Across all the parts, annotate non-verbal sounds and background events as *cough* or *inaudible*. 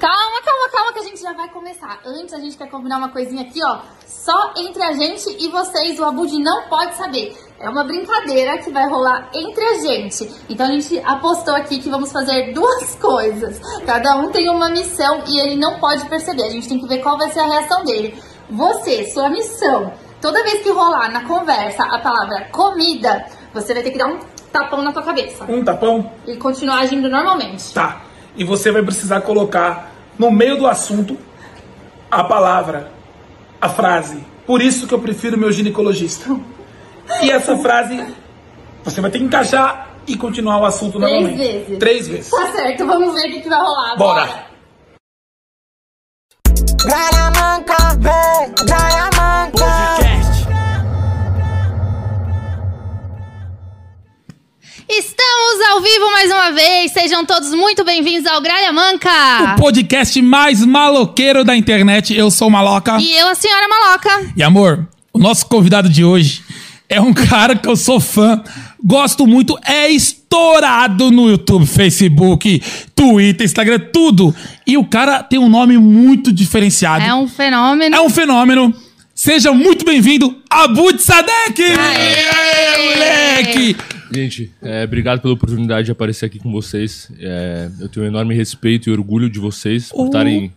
Calma, calma, calma, que a gente já vai começar. Antes, a gente quer combinar uma coisinha aqui, ó. Só entre a gente e vocês, o Abud não pode saber. É uma brincadeira que vai rolar entre a gente. Então, a gente apostou aqui que vamos fazer *laughs* duas coisas. Cada um tem uma missão e ele não pode perceber. A gente tem que ver qual vai ser a reação dele. Você, sua missão. Toda vez que rolar na conversa a palavra comida, você vai ter que dar um tapão na sua cabeça Um tapão? e continuar agindo normalmente. Tá. E você vai precisar colocar no meio do assunto a palavra, a frase. Por isso que eu prefiro meu ginecologista. E essa frase você vai ter que encaixar e continuar o assunto Três novamente. vezes. Três vezes. Tá certo, vamos ver o que, que vai rolar. Bora. Braramanca, vem, Braramanca. Estamos ao vivo mais uma vez. Sejam todos muito bem-vindos ao Gralha Manca. O podcast mais maloqueiro da internet. Eu sou o Maloca. E eu, a senhora Maloca. E amor, o nosso convidado de hoje é um cara que eu sou fã, gosto muito, é estourado no YouTube, Facebook, Twitter, Instagram, tudo. E o cara tem um nome muito diferenciado. É um fenômeno. É um fenômeno. Seja muito bem-vindo, Abud Sadek! Aê, moleque! Gente, é, obrigado pela oportunidade de aparecer aqui com vocês. É, eu tenho um enorme respeito e orgulho de vocês por estarem,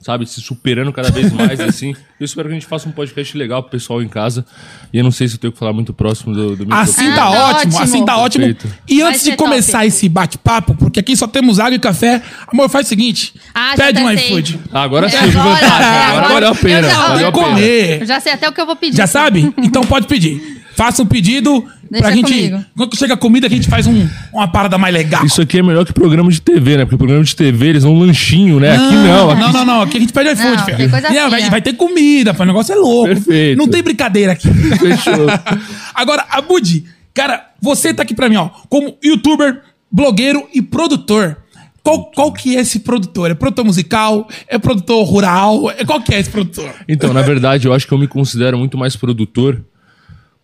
sabe, se superando cada vez mais, *laughs* assim. Eu espero que a gente faça um podcast legal pro pessoal em casa. E eu não sei se eu tenho que falar muito próximo do, do Assim tá microfone. Ah, tá ótimo, ótimo. assim tá ótimo. Perfeito. E Vai antes de ser começar top. esse bate-papo, porque aqui só temos água e café, amor, faz o seguinte: Ah, já pede um até sei. iFood. Ah, agora sim, É agora, agora, é agora, agora. agora valeu a pena. Eu já- valeu a Tem que pena. comer. Eu já sei até o que eu vou pedir. Já sabe? Então pode pedir. Faça um pedido Deixa pra gente. comigo. Quando chega a comida, que a gente faz um- uma parada mais legal. Isso aqui é melhor que programa de TV, né? Porque programa de TV eles dão um lanchinho, né? aqui não. Aqui Não, não, não. Aqui a gente pede iFood, Não, filho. tem coisa E, ó, fina. vai, vai ter comida, pô, o negócio é louco. Perfeito. Não tem brincadeira aqui. fechou. *laughs* Agora, Abud, cara, você tá aqui pra mim, ó, como youtuber, blogueiro e produtor. Qual, qual que é esse produtor? É produtor musical? É produtor rural? É, qual que é esse produtor? Então, na verdade, eu acho que eu me considero muito mais produtor,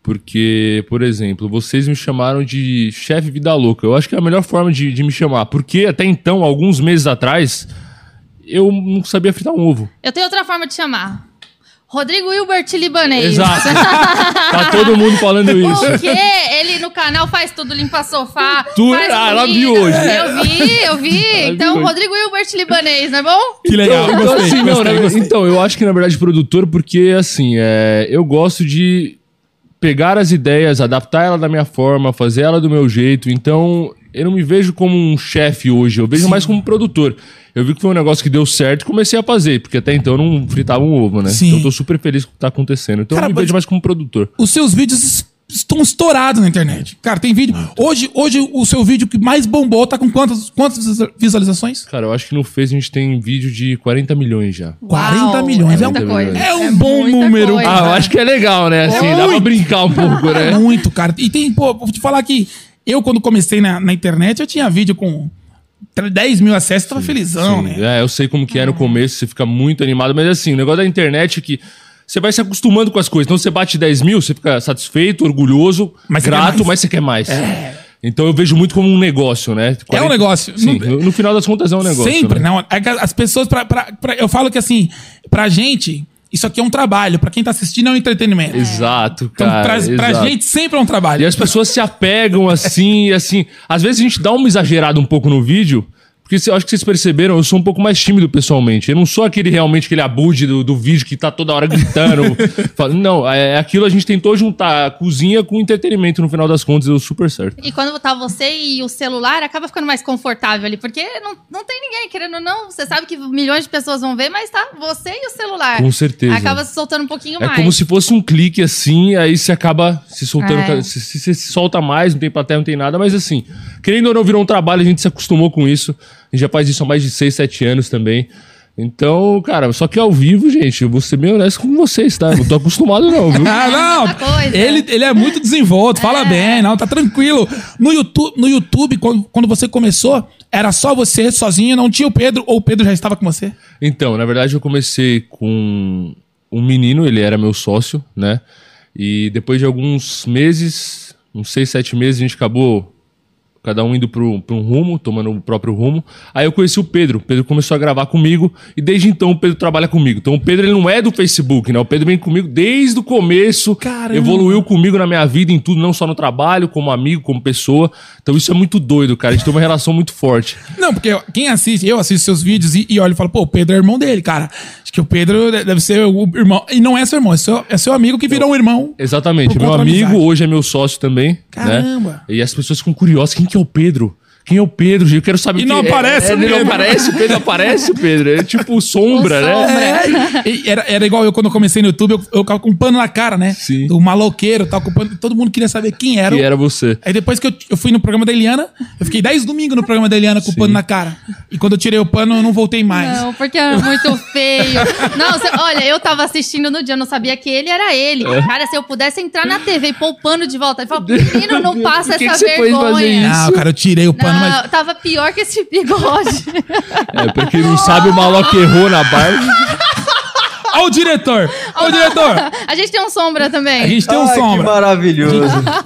porque, por exemplo, vocês me chamaram de chefe vida louca. Eu acho que é a melhor forma de, de me chamar, porque até então, alguns meses atrás, eu não sabia fritar um ovo. Eu tenho outra forma de chamar. Rodrigo Hilbert Libanês. Exato. tá todo mundo falando isso. Porque ele no canal faz tudo, limpa sofá. Tudo. faz Ah, ela comida. viu hoje. Eu vi, eu vi. viu Então, hoje. Rodrigo Hilbert Libanês, não é bom? Que legal. Então, gostei, assim, não, gostei, na- gostei. então, eu acho que na verdade produtor, porque assim, é, eu gosto de pegar as ideias, adaptar ela da minha forma, fazer ela do meu jeito. Então, eu não me vejo como um chefe hoje, eu vejo mais como um produtor. Eu vi que foi um negócio que deu certo e comecei a fazer, porque até então eu não fritava um ovo, né? Sim. Então eu tô super feliz com o que tá acontecendo. Então Cara, eu me mas- vejo mais como produtor. os seus vídeos es- estão estourados na internet. Cara, tem vídeo. Hoje, hoje o seu vídeo que mais bombou tá com quantas, quantas visa- visualizações? Cara, eu acho que no Face a gente tem vídeo de 40 milhões já. 40 milhões. É, É muita um, coisa. é um bom muita número. coisa. Ah, eu acho que é legal, né? Assim, dá pra Muito. brincar um pouco, né? É muito, cara. E tem, pô, vou te falar que eu, quando comecei na, na internet, eu tinha vídeo com tre- 10 mil acessos, tava felizão, Sim, né? É, eu sei como que é no começo, você fica muito animado, mas assim, o negócio da internet é que você vai se acostumando com as coisas. Então você bate 10 mil, você fica satisfeito, orgulhoso, Mas você quer grato, mais. mas você quer mais. Então eu vejo muito como um negócio, né? É um negócio. Sim, Não- no, no final das contas é um negócio. Sempre, né? não. É que As pessoas, pra, pra- pra- eu falo que assim, pra gente, isso aqui é um trabalho. Pra quem tá assistindo, é um entretenimento. Exato, Então, cara. pra, pra exato. gente, sempre é um E trabalho. as pessoas se apegam assim, e assim. Às vezes a gente dá uma exagerada um pouco no vídeo, porque eu acho que vocês perceberam, eu sou um pouco mais tímido pessoalmente. Eu não sou aquele realmente aquele abude do, do vídeo que tá toda hora gritando. falando. não, é, é aquilo a gente tentou juntar a cozinha com o entretenimento, no final das contas, deu super certo. E quando tá você e o celular, acaba ficando mais confortável ali. Porque não, não tem ninguém querendo, ou não. Você sabe que milhões de pessoas vão ver, mas tá você e o celular. Com certeza. Acaba se soltando um pouquinho É mais. como se fosse um clique assim, aí você acaba se soltando. É. ca- Se, se- se- se solta mais, não tem plateia, não tem nada, mas assim, querendo ou não, virou um trabalho, a gente se acostumou com isso. A gente já faz isso há mais de 6, 7 anos também. Então, cara, só que ao vivo, gente, eu vou ser bem honesto com vocês, tá? Eu Não tô acostumado, não, *laughs* viu? Ah, não. Uma coisa. Ele, ele é muito desenvolto, fala bem, não, tá tranquilo. No YouTube, no YouTube quando, quando você começou, era só você, sozinho, não tinha o Pedro, ou o Pedro já estava com você? Então, na verdade, eu comecei com um menino, ele era meu sócio, né? E depois de alguns meses, uns seis, sete meses, a gente acabou cada um indo para um rumo, tomando o próprio rumo. Aí eu conheci o Pedro, o Pedro começou a gravar comigo, e desde então o Pedro trabalha comigo. Então o Pedro ele não é do Facebook, né? O Pedro vem comigo desde o começo, Caramba. evoluiu comigo na minha vida, em tudo, não só no trabalho, como amigo, como pessoa. Então isso é muito doido, cara, a gente tem uma relação muito forte. Não, porque eu- quem assiste, eu assisto seus vídeos e, e olho e falo, pô, o Pedro é irmão dele, cara. Acho que o Pedro de- deve ser o irmão. E não é seu irmão, é seu, é seu amigo que virou um irmão. Exatamente. Por Meu conta da amigo amizade. hoje é meu sócio também. Né? Caramba. E as pessoas ficam curiosas. Quem que é o Pedro? Quem é o Pedro? gente? Eu quero saber E quem não é. aparece o é, ele não Pedro. aparece, o Pedro aparece, o Pedro. É tipo sombra, O né? sombra. E era, era igual eu quando eu comecei no YouTube, eu, eu ficava com um pano na cara, né? Sim. Do maloqueiro, tal, com pano, todo mundo queria saber quem era. E era você. Aí depois que eu, eu fui no programa da Eliana, eu fiquei 10 domingos no programa da Eliana com o pano na cara. E quando eu tirei o pano, eu não voltei mais. Não, porque era muito feio. Não, cê- olha, eu tava assistindo no dia, eu não sabia que ele era ele. É. Cara, se eu pudesse entrar na TV e pôr o pano de volta, eu falava, menino, *laughs* não passa Por que que essa você foi vergonha. fazer isso? Não, Ah, cara, eu tirei o pano, Não, mas. tava pior que esse bigode. É, pra quem não sabe, o Maloc errou na barba. Ó, o diretor! Ó, o diretor! A gente tem um sombra A também. gente tem um Ai, Que sombra. maravilhoso.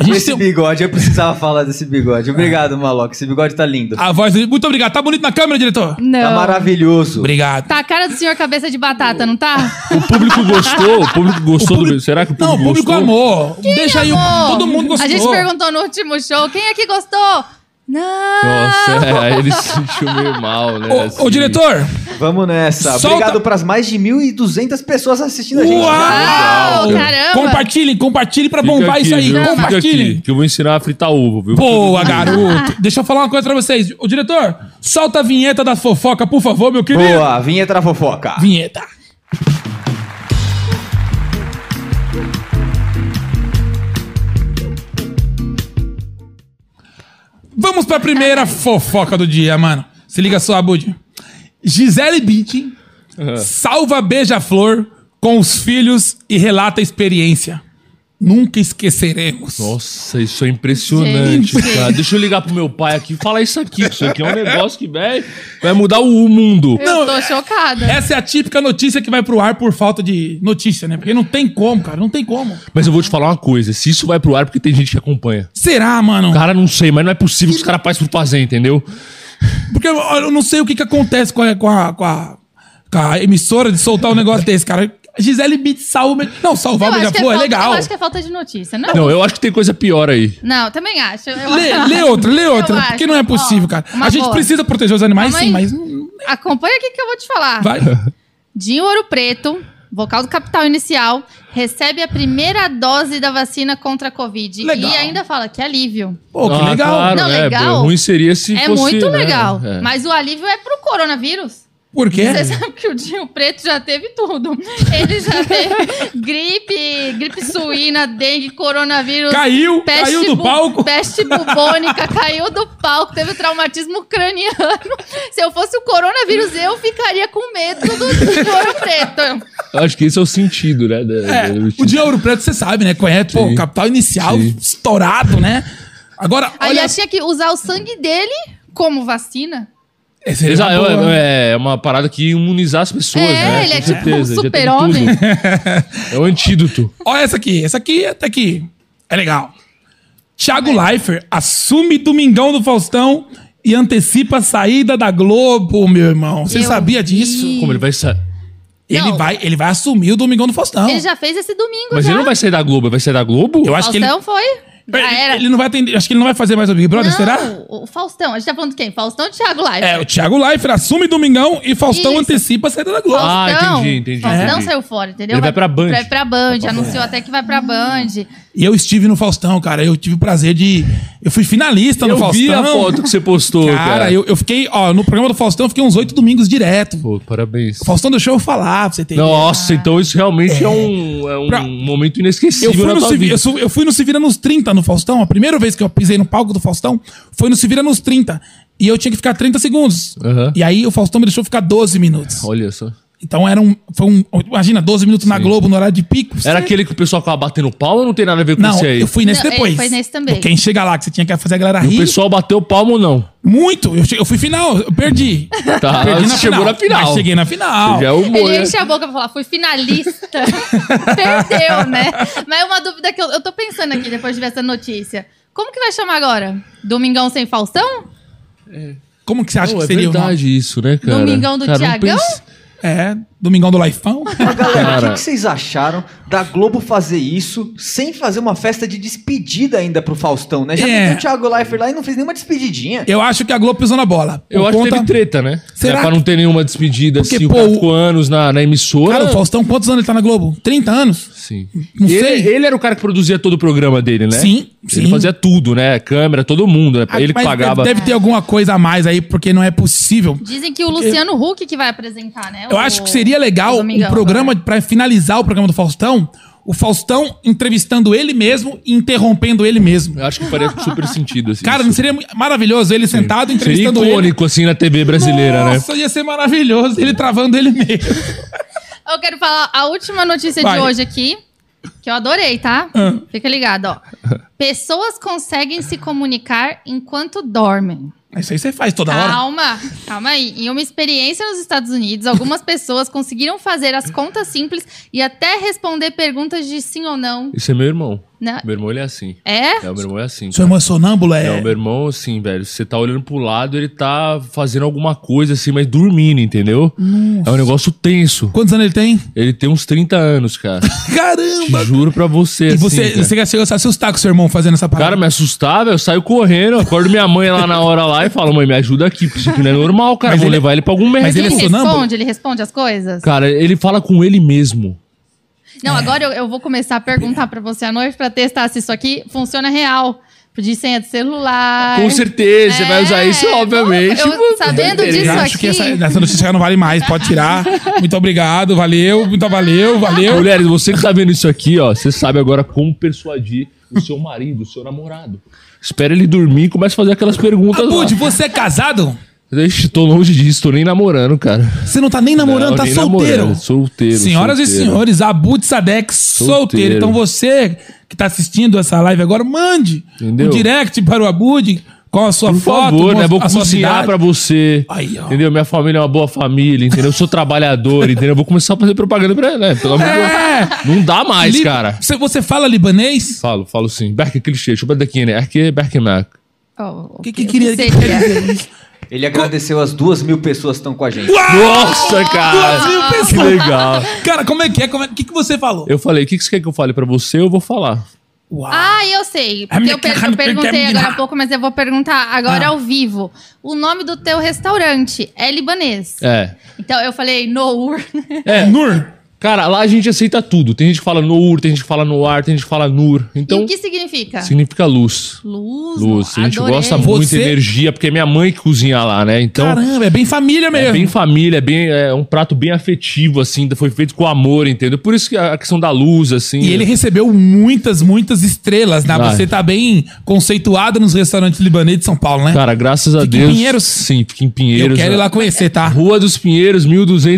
gente Esse tem- um- bigode, eu precisava falar desse bigode. Obrigado, Maloca. Esse bigode tá lindo. A voz dele. Muito obrigado. Tá bonito na câmera, diretor? Tá Não. maravilhoso. Obrigado. Tá a cara do senhor cabeça de batata, *laughs* não tá? O público gostou? O público gostou do. Será que o Não, público o público gostou? amor. Deixa aí. o- Amor, Todo mundo gostou. A gente perguntou no último show, quem aqui gostou? Não. Nossa, é, aí ele se sentiu meio mal, né? Ô, assim. ô, diretor! Vamos nessa. Solta- Obrigado pras mais de 1.200 pessoas assistindo a gente. Uau! Uau, caramba. Compartilhem, compartilhem pra Fica bombar aqui, isso aí. viu? Fica aqui, Compartilhem. que eu vou ensinar a fritar ovo, viu? *laughs* Boa, garoto. Deixa eu falar uma coisa pra vocês. Ô, diretor, solta a vinheta da fofoca, por favor, meu querido. Boa, vinheta da fofoca. Vinheta. Vamos pra primeira fofoca do dia, mano. Se liga só, Bud. Gisele Bündchen salva beija-flor com os filhos e relata a experiência. Nunca esqueceremos. Nossa, isso é impressionante, Gente. cara. Deixa eu ligar pro meu pai aqui e falar isso aqui. que Isso aqui é um negócio que, velho, vai mudar o mundo. Eu tô chocada. Essa é a típica notícia que vai pro ar por falta de notícia, né? Porque não tem como, cara. Não tem como. Mas eu vou te falar uma coisa: se isso vai pro ar, é porque tem gente que acompanha. Será, mano? Cara, não sei, mas não é possível que os caras fazem por fazer, entendeu? Porque eu, eu não sei o que, que acontece com a, com, a, com, a, com a emissora de soltar um negócio desse, cara. Gisele Beat salva. Não, salvar Eu o acho que beija-flor é falta- legal. Eu acho que é falta de notícia, não? Não, eu acho que tem coisa pior aí. Não, também acho. Eu Lê, acho. lê outra, lê é Eu outra. acho. Porque não é possível, Ó, cara. uma A gente boa. precisa proteger os animais, Mamãe- sim, mas. Acompanha aqui que eu vou te falar. Vai. Dinho Ouro Preto, vocal do Capital Inicial, recebe a primeira dose da vacina contra a Covid. Legal. E ainda fala que é alívio. Pô, que Ah, legal. Claro, Não, é, legal. bom, Ruim seria se é fosse, muito né, legal. é. Mas o alívio é pro coronavírus. Por quê? Você sabe que o Dinho Preto já teve tudo. Ele já teve *laughs* gripe, gripe suína, dengue, coronavírus. Caiu, peste caiu do bu- palco. Peste bubônica, caiu do palco, teve traumatismo craniano. Se eu fosse o coronavírus, eu ficaria com medo do Dinho Ouro Preto. Eu acho que esse é o sentido, né? da- É, da- o de Ouro Preto, você sabe, né? Conhece, pô, Sim. capital inicial, Sim. estourado, né? Agora, olha. Aliás, tinha que usar o sangue dele como vacina. É, seria Exa- uma boa. é, é uma parada que ia imunizar as pessoas, É, né? ele Com é tipo um certeza, já teve super-homem. tudo. É o antídoto. Olha essa aqui, essa aqui até que é legal. Thiago Leifert assume Domingão do Faustão e antecipa a saída da Globo, meu irmão. Você Eu sabia vi. disso? Como ele vai sair? Ele Não. vai, ele vai assumir o Domingão do Faustão. Ele já fez esse domingo Mas já. ele não vai sair da Globo, ele vai sair da Globo? Eu acho que ele, Faustão foi? Já ele, era. ele não vai atender, acho que ele não vai fazer mais o Big Brother, não, será? O o Faustão. A gente tá falando de quem? Faustão ou Thiago Live? É, o Thiago Leifert assume Domingão e Faustão Isso. antecipa a saída da Globo. Ah, Faustão. entendi, entendi, Faustão entendi. saiu fora, entendeu? Ele vai pra Band. Vai pra Band, anunciou até que vai pra Band. E eu estive no Faustão, cara. Eu tive o prazer de eu fui finalista tá no Eu Faustão. vi a foto que você postou, Cara, cara. Eu, eu fiquei, ó, no programa do Faustão, eu fiquei uns oito domingos direto. Pô, parabéns. O Faustão deixou eu falar, pra você ter ideia. Nossa, então isso realmente é, um, é um Pra- momento Eu inesquecível fui, na no tua Se, vida. eu, sou- eu fui no Se Vira nos 30 no Faustão. A primeira vez que eu pisei no palco do Faustão foi no Se Vira nos 30. E eu tinha que ficar 30 segundos. Aham. E aí o Faustão me deixou ficar 12 minutos. Olha só. Então era um, foi um. Imagina, 12 minutos na Globo no horário de pico. Era Você- aquele que o pessoal ficava batendo palma ou não tem nada a ver com é- Não, isso aí? eu fui nesse Não, é, depois. foi nesse também. Do Quem chega lá, que você tinha que fazer a galera rir. O pessoal bateu palma ou não? Muito! Eu, che- eu fui final, eu *laughs* perdi. Tá, Perdi você chegou na final. Mas cheguei na final. Você Já é o Ele Moia. enche a boca pra falar, fui finalista. *laughs* Perdeu, né? Mas é uma dúvida que eu, eu tô pensando aqui depois de ver essa notícia. Como que vai chamar agora? Domingão sem Faustão? Como que você acha Não, que é seria o nome? verdade isso, né, cara? Domingão do Cara, não Tiagão? pense- É, Domingão do *laughs* Laifão? Mas, galera, o Cara. que, que vocês acharam da Globo fazer isso sem fazer uma festa de despedida ainda pro Faustão, né? Já É. meteu o Thiago Leifert lá e não fez nenhuma despedidinha. Eu acho que a Globo pisou na bola. Por Eu acho que conta- teve treta, né? Será É, pra que- não ter nenhuma despedida, Porque, assim, o pô, cara ficou anos na, na emissora. Cara, o Faustão, quantos anos ele tá na Globo? 30 anos? Sim. Não Ele, sei. ele era o cara que produzia todo o programa dele, né? Sim, Ele sim. fazia tudo, né? Câmera, todo mundo, né? Ele que Mas pagava. Deve ter alguma coisa a mais aí, porque não é possível. Dizem que o Luciano Huck que vai apresentar, né? Eu O- acho que seria o legal Domingão um programa pra finalizar o programa do Faustão, o Faustão entrevistando ele mesmo e interrompendo ele mesmo. Eu acho que *laughs* faria super sentido, assim. Cara, não seria mu- maravilhoso ele sentado Seria entrevistando ele? icônico, assim, na TV brasileira, né? Nossa, ia ser maravilhoso ele travando ele mesmo. Eu quero falar a última notícia Vai. de hoje aqui, que eu adorei, tá? Ah. Fica ligado, ó. Pessoas conseguem se comunicar enquanto dormem. Isso aí você faz toda hora. Calma, calma aí. Em uma experiência nos Estados Unidos, algumas pessoas conseguiram fazer as contas simples e até responder perguntas de sim ou não. Isso é meu irmão. Não. Meu irmão, ele é assim. É? É, o meu irmão é assim. Seu irmão é sonâmbulo, é. É, o meu irmão, assim, velho, você tá olhando pro lado, ele tá fazendo alguma coisa, assim, mas dormindo, entendeu? É um negócio tenso. Quantos anos ele tem? Ele tem uns 30 anos, cara. *laughs* Te Caramba! juro pra você, E assim, você, cara. você quer se assustar com seu irmão fazendo essa parada? Cara, me assustava, eu saio correndo, eu acordo minha mãe lá na hora lá e falo, mãe, me ajuda aqui, porque isso aqui não é normal, cara. Mas Vou ele- levar ele pra algum médico. mas ele é sonâmbulo? É. responde, ele responde as coisas. Cara, ele fala com ele mesmo. Não, agora eu, eu vou começar a perguntar pra você à noite pra testar se isso aqui funciona real. Pedir senha do celular. Com certeza, você vai usar isso, Ah, É, obviamente. eu- sabendo Ele- disso Eu aqui. acho que essa, é- essa notícia não vale mais, pode tirar. Muito obrigado, valeu, muito valeu, valeu. Mulheres, você que tá vendo isso aqui, ó, você sabe agora como persuadir o seu marido, o seu namorado. Espera ele dormir e começa a fazer aquelas perguntas Abud, lá. você é casado? Ixi, tô longe disso, tô nem namorando, cara. Você não tá nem namorando, Não, tá nem solteiro. namorando, solteiro, Senhoras e solteiro. senhores, Abud Sadek, solteiro. Solteiro. Então você que tá assistindo essa live agora, mande Entendeu? um direct para o Abud com a sua Por foto, favor, com né? a Vou sua cozinhar cidade. pra você. Aí, ó. entendeu? Minha família é uma boa família, entendeu? Eu sou trabalhador, entendeu? Eu Vou começar a fazer propaganda pra ela, né? Pelo amor de Deus. É! Não dá mais, Li- cara. Você, você fala libanês? Falo, falo sim. Berke clichê, deixa eu ver daqui, né? Erke, Berke Mac. O que queria- que Ele agradeceu as duas mil pessoas que estão com a gente. Nossa, cara! Brasil, Que pessoal. legal. Cara, como é que é? Como é- O que, que você falou? Eu falei, o que que você quer que eu fale pra você? Eu vou falar. Uau. Ah, eu sei. A Porque minha eu, per- cara eu não perguntei termina. agora há pouco, mas eu vou perguntar agora Ah. ao vivo. O nome do teu restaurante é libanês. É. Então eu falei Nour. É, Nur, cara, lá a gente aceita tudo. Tem gente que fala Nour, tem gente que fala Noir, tem gente que fala Nur. e *laughs* Então, o que significa? significa luz. Luz. Luz. A gente adorei. gosta muito de Você- energia, porque é minha mãe que cozinha lá, né? Então, caramba, é bem família mesmo. É bem família, é bem, é um prato bem afetivo, assim, foi feito com amor, entendeu? Por isso que a a questão da luz, assim. E ele recebeu muitas, muitas estrelas, né? Ah. Você tá bem conceituado nos restaurantes libanês de São Paulo, né? Cara, graças a Fica em Deus. Pinheiros? Sim, fica em eu Pinheiros. quero ir né? lá conhecer, tá? Rua dos Pinheiros,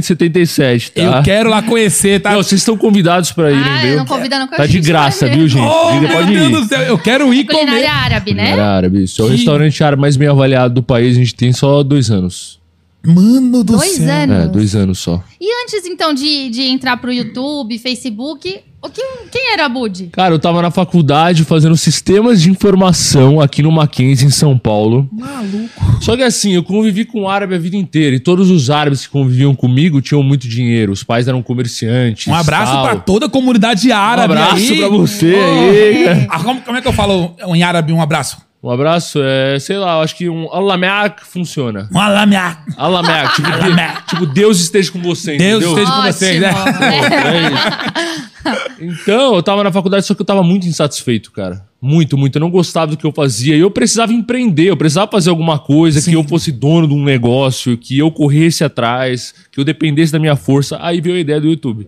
1277, tá? Eu quero lá conhecer, tá? Não, vocês estão convidados pra irem, Ah, viu? não convida, não Tá de convida. graça, viu, gente? Oh, Diga, meu pode Deus ir. do céu, eu quero ir Culinária comer. árabe, né? Era árabe, isso. É o Que- restaurante árabe mais bem avaliado do país, a gente tem só dois anos. Mano do Dois céu. anos. É, dois anos só. E antes, então, de, de entrar pro YouTube, Facebook, o que, quem era Budi? Cara, eu tava na faculdade fazendo sistemas de informação aqui no Mackenzie, em São Paulo. Maluco. Só que assim, eu convivi com árabe a vida inteira. E todos os árabes que conviviam comigo tinham muito dinheiro. Os pais eram comerciantes. Um abraço tal. pra toda a comunidade Um árabe abraço aí. pra você aí, cara. Ah, como, como é que eu falo em árabe um abraço? Um abraço, é, sei lá, eu acho que um alameak funciona. Um alamia. Alameak, *laughs* tipo, de- tipo, Deus esteja com você, Deus entendeu? esteja com vocês, né? Então, eu tava na faculdade, só que eu tava muito insatisfeito, cara. Muito, muito. Eu não gostava do que eu fazia. E eu precisava empreender, eu precisava fazer alguma coisa, que eu fosse dono de um negócio, que eu corresse atrás, que eu dependesse da minha força. Aí veio a ideia do YouTube.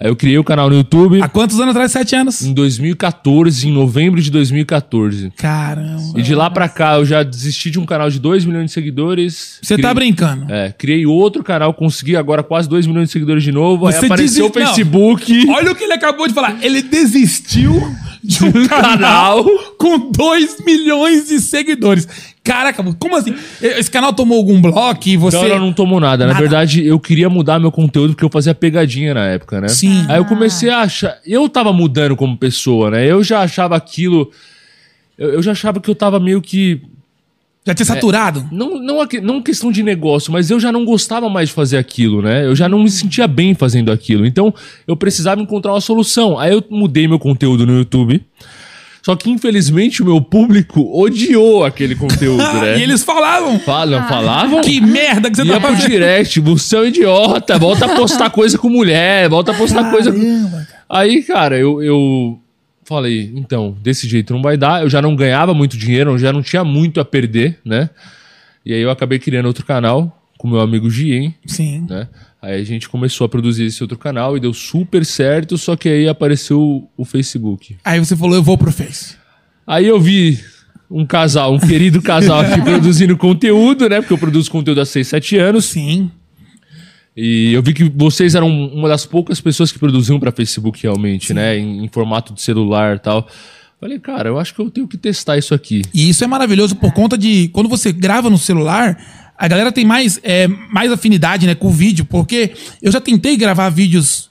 Aí eu criei o canal no YouTube Há quantos anos atrás? Sete anos. em 2014, em novembro de 2014. Caramba. E de lá pra cá eu já desisti de um canal de 2 milhões de seguidores. Você tá Criei- brincando. É, criei outro canal, consegui agora quase 2 milhões de seguidores de novo. Você aí apareceu o desiste- não. Facebook. *laughs* Olha o que ele acabou de falar. Ele desistiu de um *laughs* canal canal. com 2 milhões de seguidores. Caraca, como assim? Esse canal tomou algum bloco e você. Então ela não tomou nada. Na Nada. verdade, eu queria mudar meu conteúdo porque eu fazia pegadinha na época, né? Sim. Aí eu comecei a achar. Eu tava mudando como pessoa, né? Eu já achava aquilo. Eu, eu já achava que eu tava meio que. Já É. tinha saturado? Não, não, aque- não questão de negócio, mas eu já não gostava mais de fazer aquilo, né? Eu já não me sentia bem fazendo aquilo. Então, eu precisava encontrar uma solução. Aí eu mudei meu conteúdo no YouTube. Só que, infelizmente, o meu público odiou aquele *laughs* conteúdo, né? Ah, E eles falavam. Falam, falavam. Que merda que você Ia tá pro fazendo. direct, você é um idiota, volta a postar coisa com mulher, volta a postar coisa com... Aí, cara, eu, eu falei, então, desse jeito não vai dar, eu já não ganhava muito dinheiro, eu já não tinha muito a perder, né? E aí eu acabei criando outro canal com meu amigo Gien, Sim. né? Aí a gente começou a produzir esse outro canal e deu super certo, só que aí apareceu o- o Facebook. Aí você falou, eu vou pro Face. Aí eu vi um casal, um querido casal aqui *laughs* produzindo conteúdo, né? Porque eu produzo conteúdo há 6, 7 anos. Sim. E eu vi que vocês eram uma das poucas pessoas que produziam pra Facebook realmente, né? Em, em formato de celular e tal. Falei, cara, eu acho que eu tenho que testar isso aqui. E isso é maravilhoso por conta de quando você grava no celular, a galera tem mais, é, mais afinidade né, com o vídeo, porque eu já tentei gravar vídeos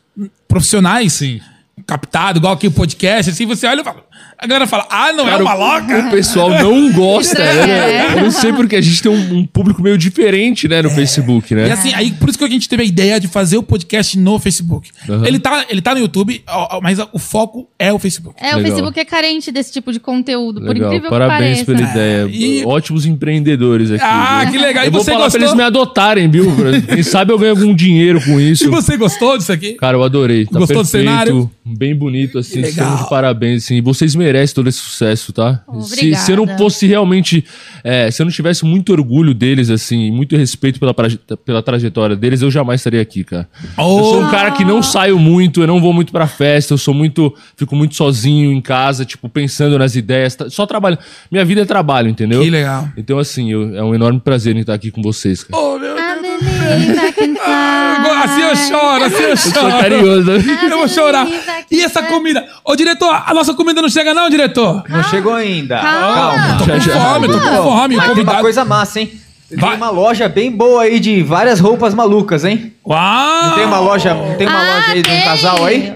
profissionais, Sim. captado, igual aqui o podcast, assim, você olha e fala. A galera fala, ah, não é Cara, uma o- loca? O pessoal *laughs* não gosta, né? É. Eu não sei porque a gente tem um, um público meio diferente, né, no Facebook, É. E né? assim, aí por isso que a gente teve a ideia de fazer o podcast no Facebook. Aham. Ele, tá, ele tá no YouTube, ó, ó, mas o foco é o Facebook. É, o Legal. Facebook é carente desse tipo de conteúdo, por Legal, incrível parabéns que pareça. pela ideia. E- Ótimos empreendedores aqui. Ah, viu? que legal. E Eu vou você falar gostou? pra eles me adotarem, viu? Quem sabe eu ganho algum dinheiro com E isso. você gostou disso aqui? Cara, eu adorei. Tá Gostou do perfeito, cenário? Bem bonito, assim. Legal. Legal. de parabéns, assim. Vocês merecem todo esse sucesso, tá? Se, Obrigada. se eu não fosse realmente. é, se eu não tivesse muito orgulho deles, assim, e muito respeito pela, praje- pela trajetória deles, eu jamais estaria aqui, cara. Eu sou Oh, um cara que não saio muito, eu não vou muito pra festa, eu sou muito. Fico muito sozinho em casa, tipo, pensando nas ideias. tá- Só trabalho. Minha vida é trabalho, entendeu? Que legal. Então, assim, eu- é um enorme prazer em estar aqui com vocês, cara. Oh, meu Deus. I believe I can fly. Assim eu choro, assim eu choro. Sou carinhoso, né? Eu vou chorar. E essa comida? Ô, diretor, a nossa comida não chega não, diretor? Não chegou ainda. Calma. Calma. Já, Com já. fome, tô com fome. Mas tem uma Convidado. coisa massa, hein? Tem Vai. uma loja bem boa aí de várias roupas malucas, hein? Uau! Tem uma loja, não tem uma Ah, loja aí de um tem. casal aí?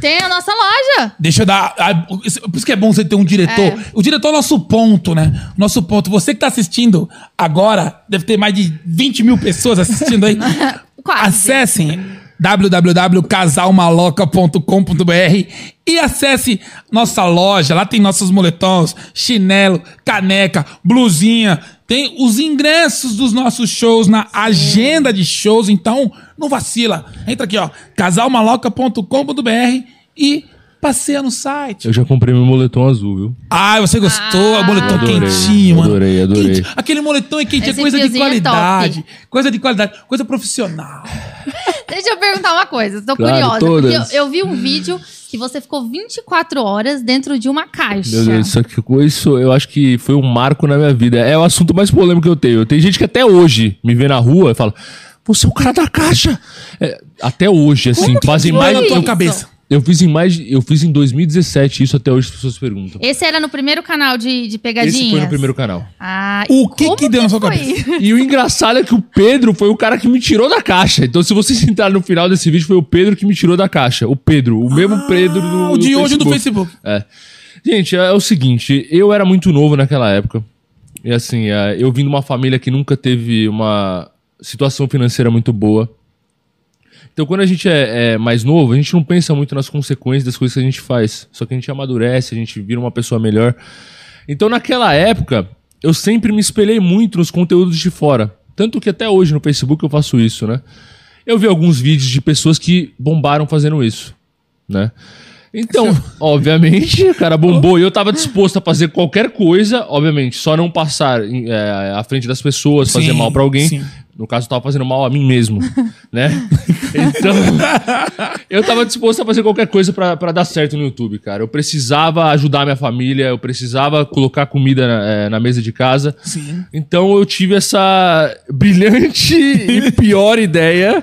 Tem a nossa loja. Deixa eu dar. ah, isso- Por isso que é bom você ter um diretor. É. O diretor é o nosso ponto, né? Nosso ponto. Você que tá assistindo agora, deve ter mais de 20 mil pessoas assistindo aí. *laughs* Quase. Acessem www.casalmaloca.com.br e acesse nossa loja. Lá tem nossos moletons, chinelo, caneca, blusinha. Tem os ingressos dos nossos shows na agenda de shows. Então, não vacila. Entra aqui, ó. casalmaloca.com.br e passeia no site. Eu já comprei meu moletom azul, viu? Ah, você gostou? O moletom Adorei, quentinho, mano. adorei, adorei. Quentinho. Aquele moletom é quentinho, é Esse coisa de fiozinho é qualidade. coisa de qualidade, coisa profissional. Deixa eu perguntar uma coisa, tô Claro, curiosa. todas. Porque eu, eu vi um vídeo que você ficou 24 horas dentro de uma caixa. Meu Deus, isso, aqui, isso eu acho que foi um marco na minha vida. É o assunto mais polêmico que eu tenho. Tem gente que até hoje me vê na rua e fala: Você é o cara da caixa! É, até hoje, assim, fazem foi mais. na tua isso? cabeça. Eu fiz em mais. de- Eu fiz em 2017, isso até hoje as pessoas perguntam. Esse era no primeiro canal de, de pegadinhas? Esse foi no primeiro canal. Ah, O que como que deu na sua foi? cabeça? E o engraçado é que o Pedro foi o cara que me tirou da caixa. Então, se vocês entrarem no final desse vídeo, foi o Pedro que me tirou da caixa. O Pedro, o mesmo Pedro do. Ah, o de do hoje no Facebook. É. Gente, é o seguinte, eu era muito novo naquela época. E assim, é, eu vim de uma família que nunca teve uma situação financeira muito boa. Então, quando a gente é, é mais novo, a gente não pensa muito nas consequências das coisas que a gente faz. Só que a gente amadurece, a gente vira uma pessoa melhor. Então, naquela época, eu sempre me espelhei muito nos conteúdos de fora. Tanto que até hoje no Facebook eu faço isso, né? Eu vi alguns vídeos de pessoas que bombaram fazendo isso, né? Então, é *laughs* obviamente, o cara bombou e eu tava disposto a fazer qualquer coisa, obviamente, só não passar em, é, à frente das pessoas, fazer Sim, mal pra alguém. sim. No caso, eu tava fazendo mal a mim mesmo, *laughs* né? Então, eu tava disposto a fazer qualquer coisa pra pra dar certo no YouTube, cara. Eu precisava ajudar a minha família, eu precisava colocar comida na, eh, na mesa de casa. Sim. Então eu tive essa *laughs* brilhante e pior ideia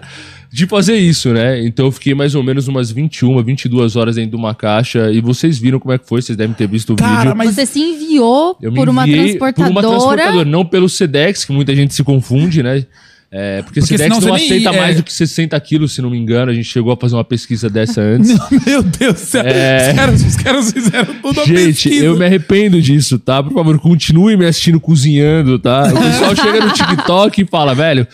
de fazer isso, né? Então eu fiquei mais ou menos umas 21, 22 horas dentro de uma caixa. E vocês viram como é que foi, vocês devem ter visto o Cara, vídeo. mas Você se enviou Eu me por uma enviei transportadora. Por uma transportadora, não pelo Sedex, que muita gente se confunde, né? É, porque, Porque Sedex senão não você nem- aceita é. mais do que 60 quilos, se não me engano. A gente chegou a fazer uma pesquisa dessa antes. *laughs* Meu Deus do céu. É. Os, caras, os caras fizeram tudo a Gente, pesquisa. eu me arrependo disso, tá? Por favor, continue me assistindo cozinhando, tá? O pessoal chega no TikTok e fala, velho,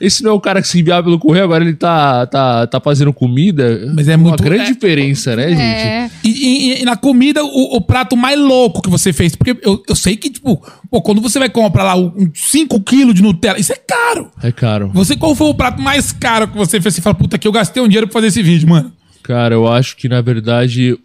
esse não é o cara que se enviava pelo correio, agora ele tá, tá, tá fazendo comida. Mas é Uma muito- grande é. diferença, né, gente? É. E, e- e na comida, o, o prato mais louco que você fez. Porque eu, eu sei que, tipo, pô, quando você vai comprar lá 5 quilos de Nutella, isso é caro. É caro. Você, qual foi o prato mais caro que você fez? Você fala, puta, que eu gastei um dinheiro pra fazer esse vídeo, mano. Cara, eu acho que, na verdade,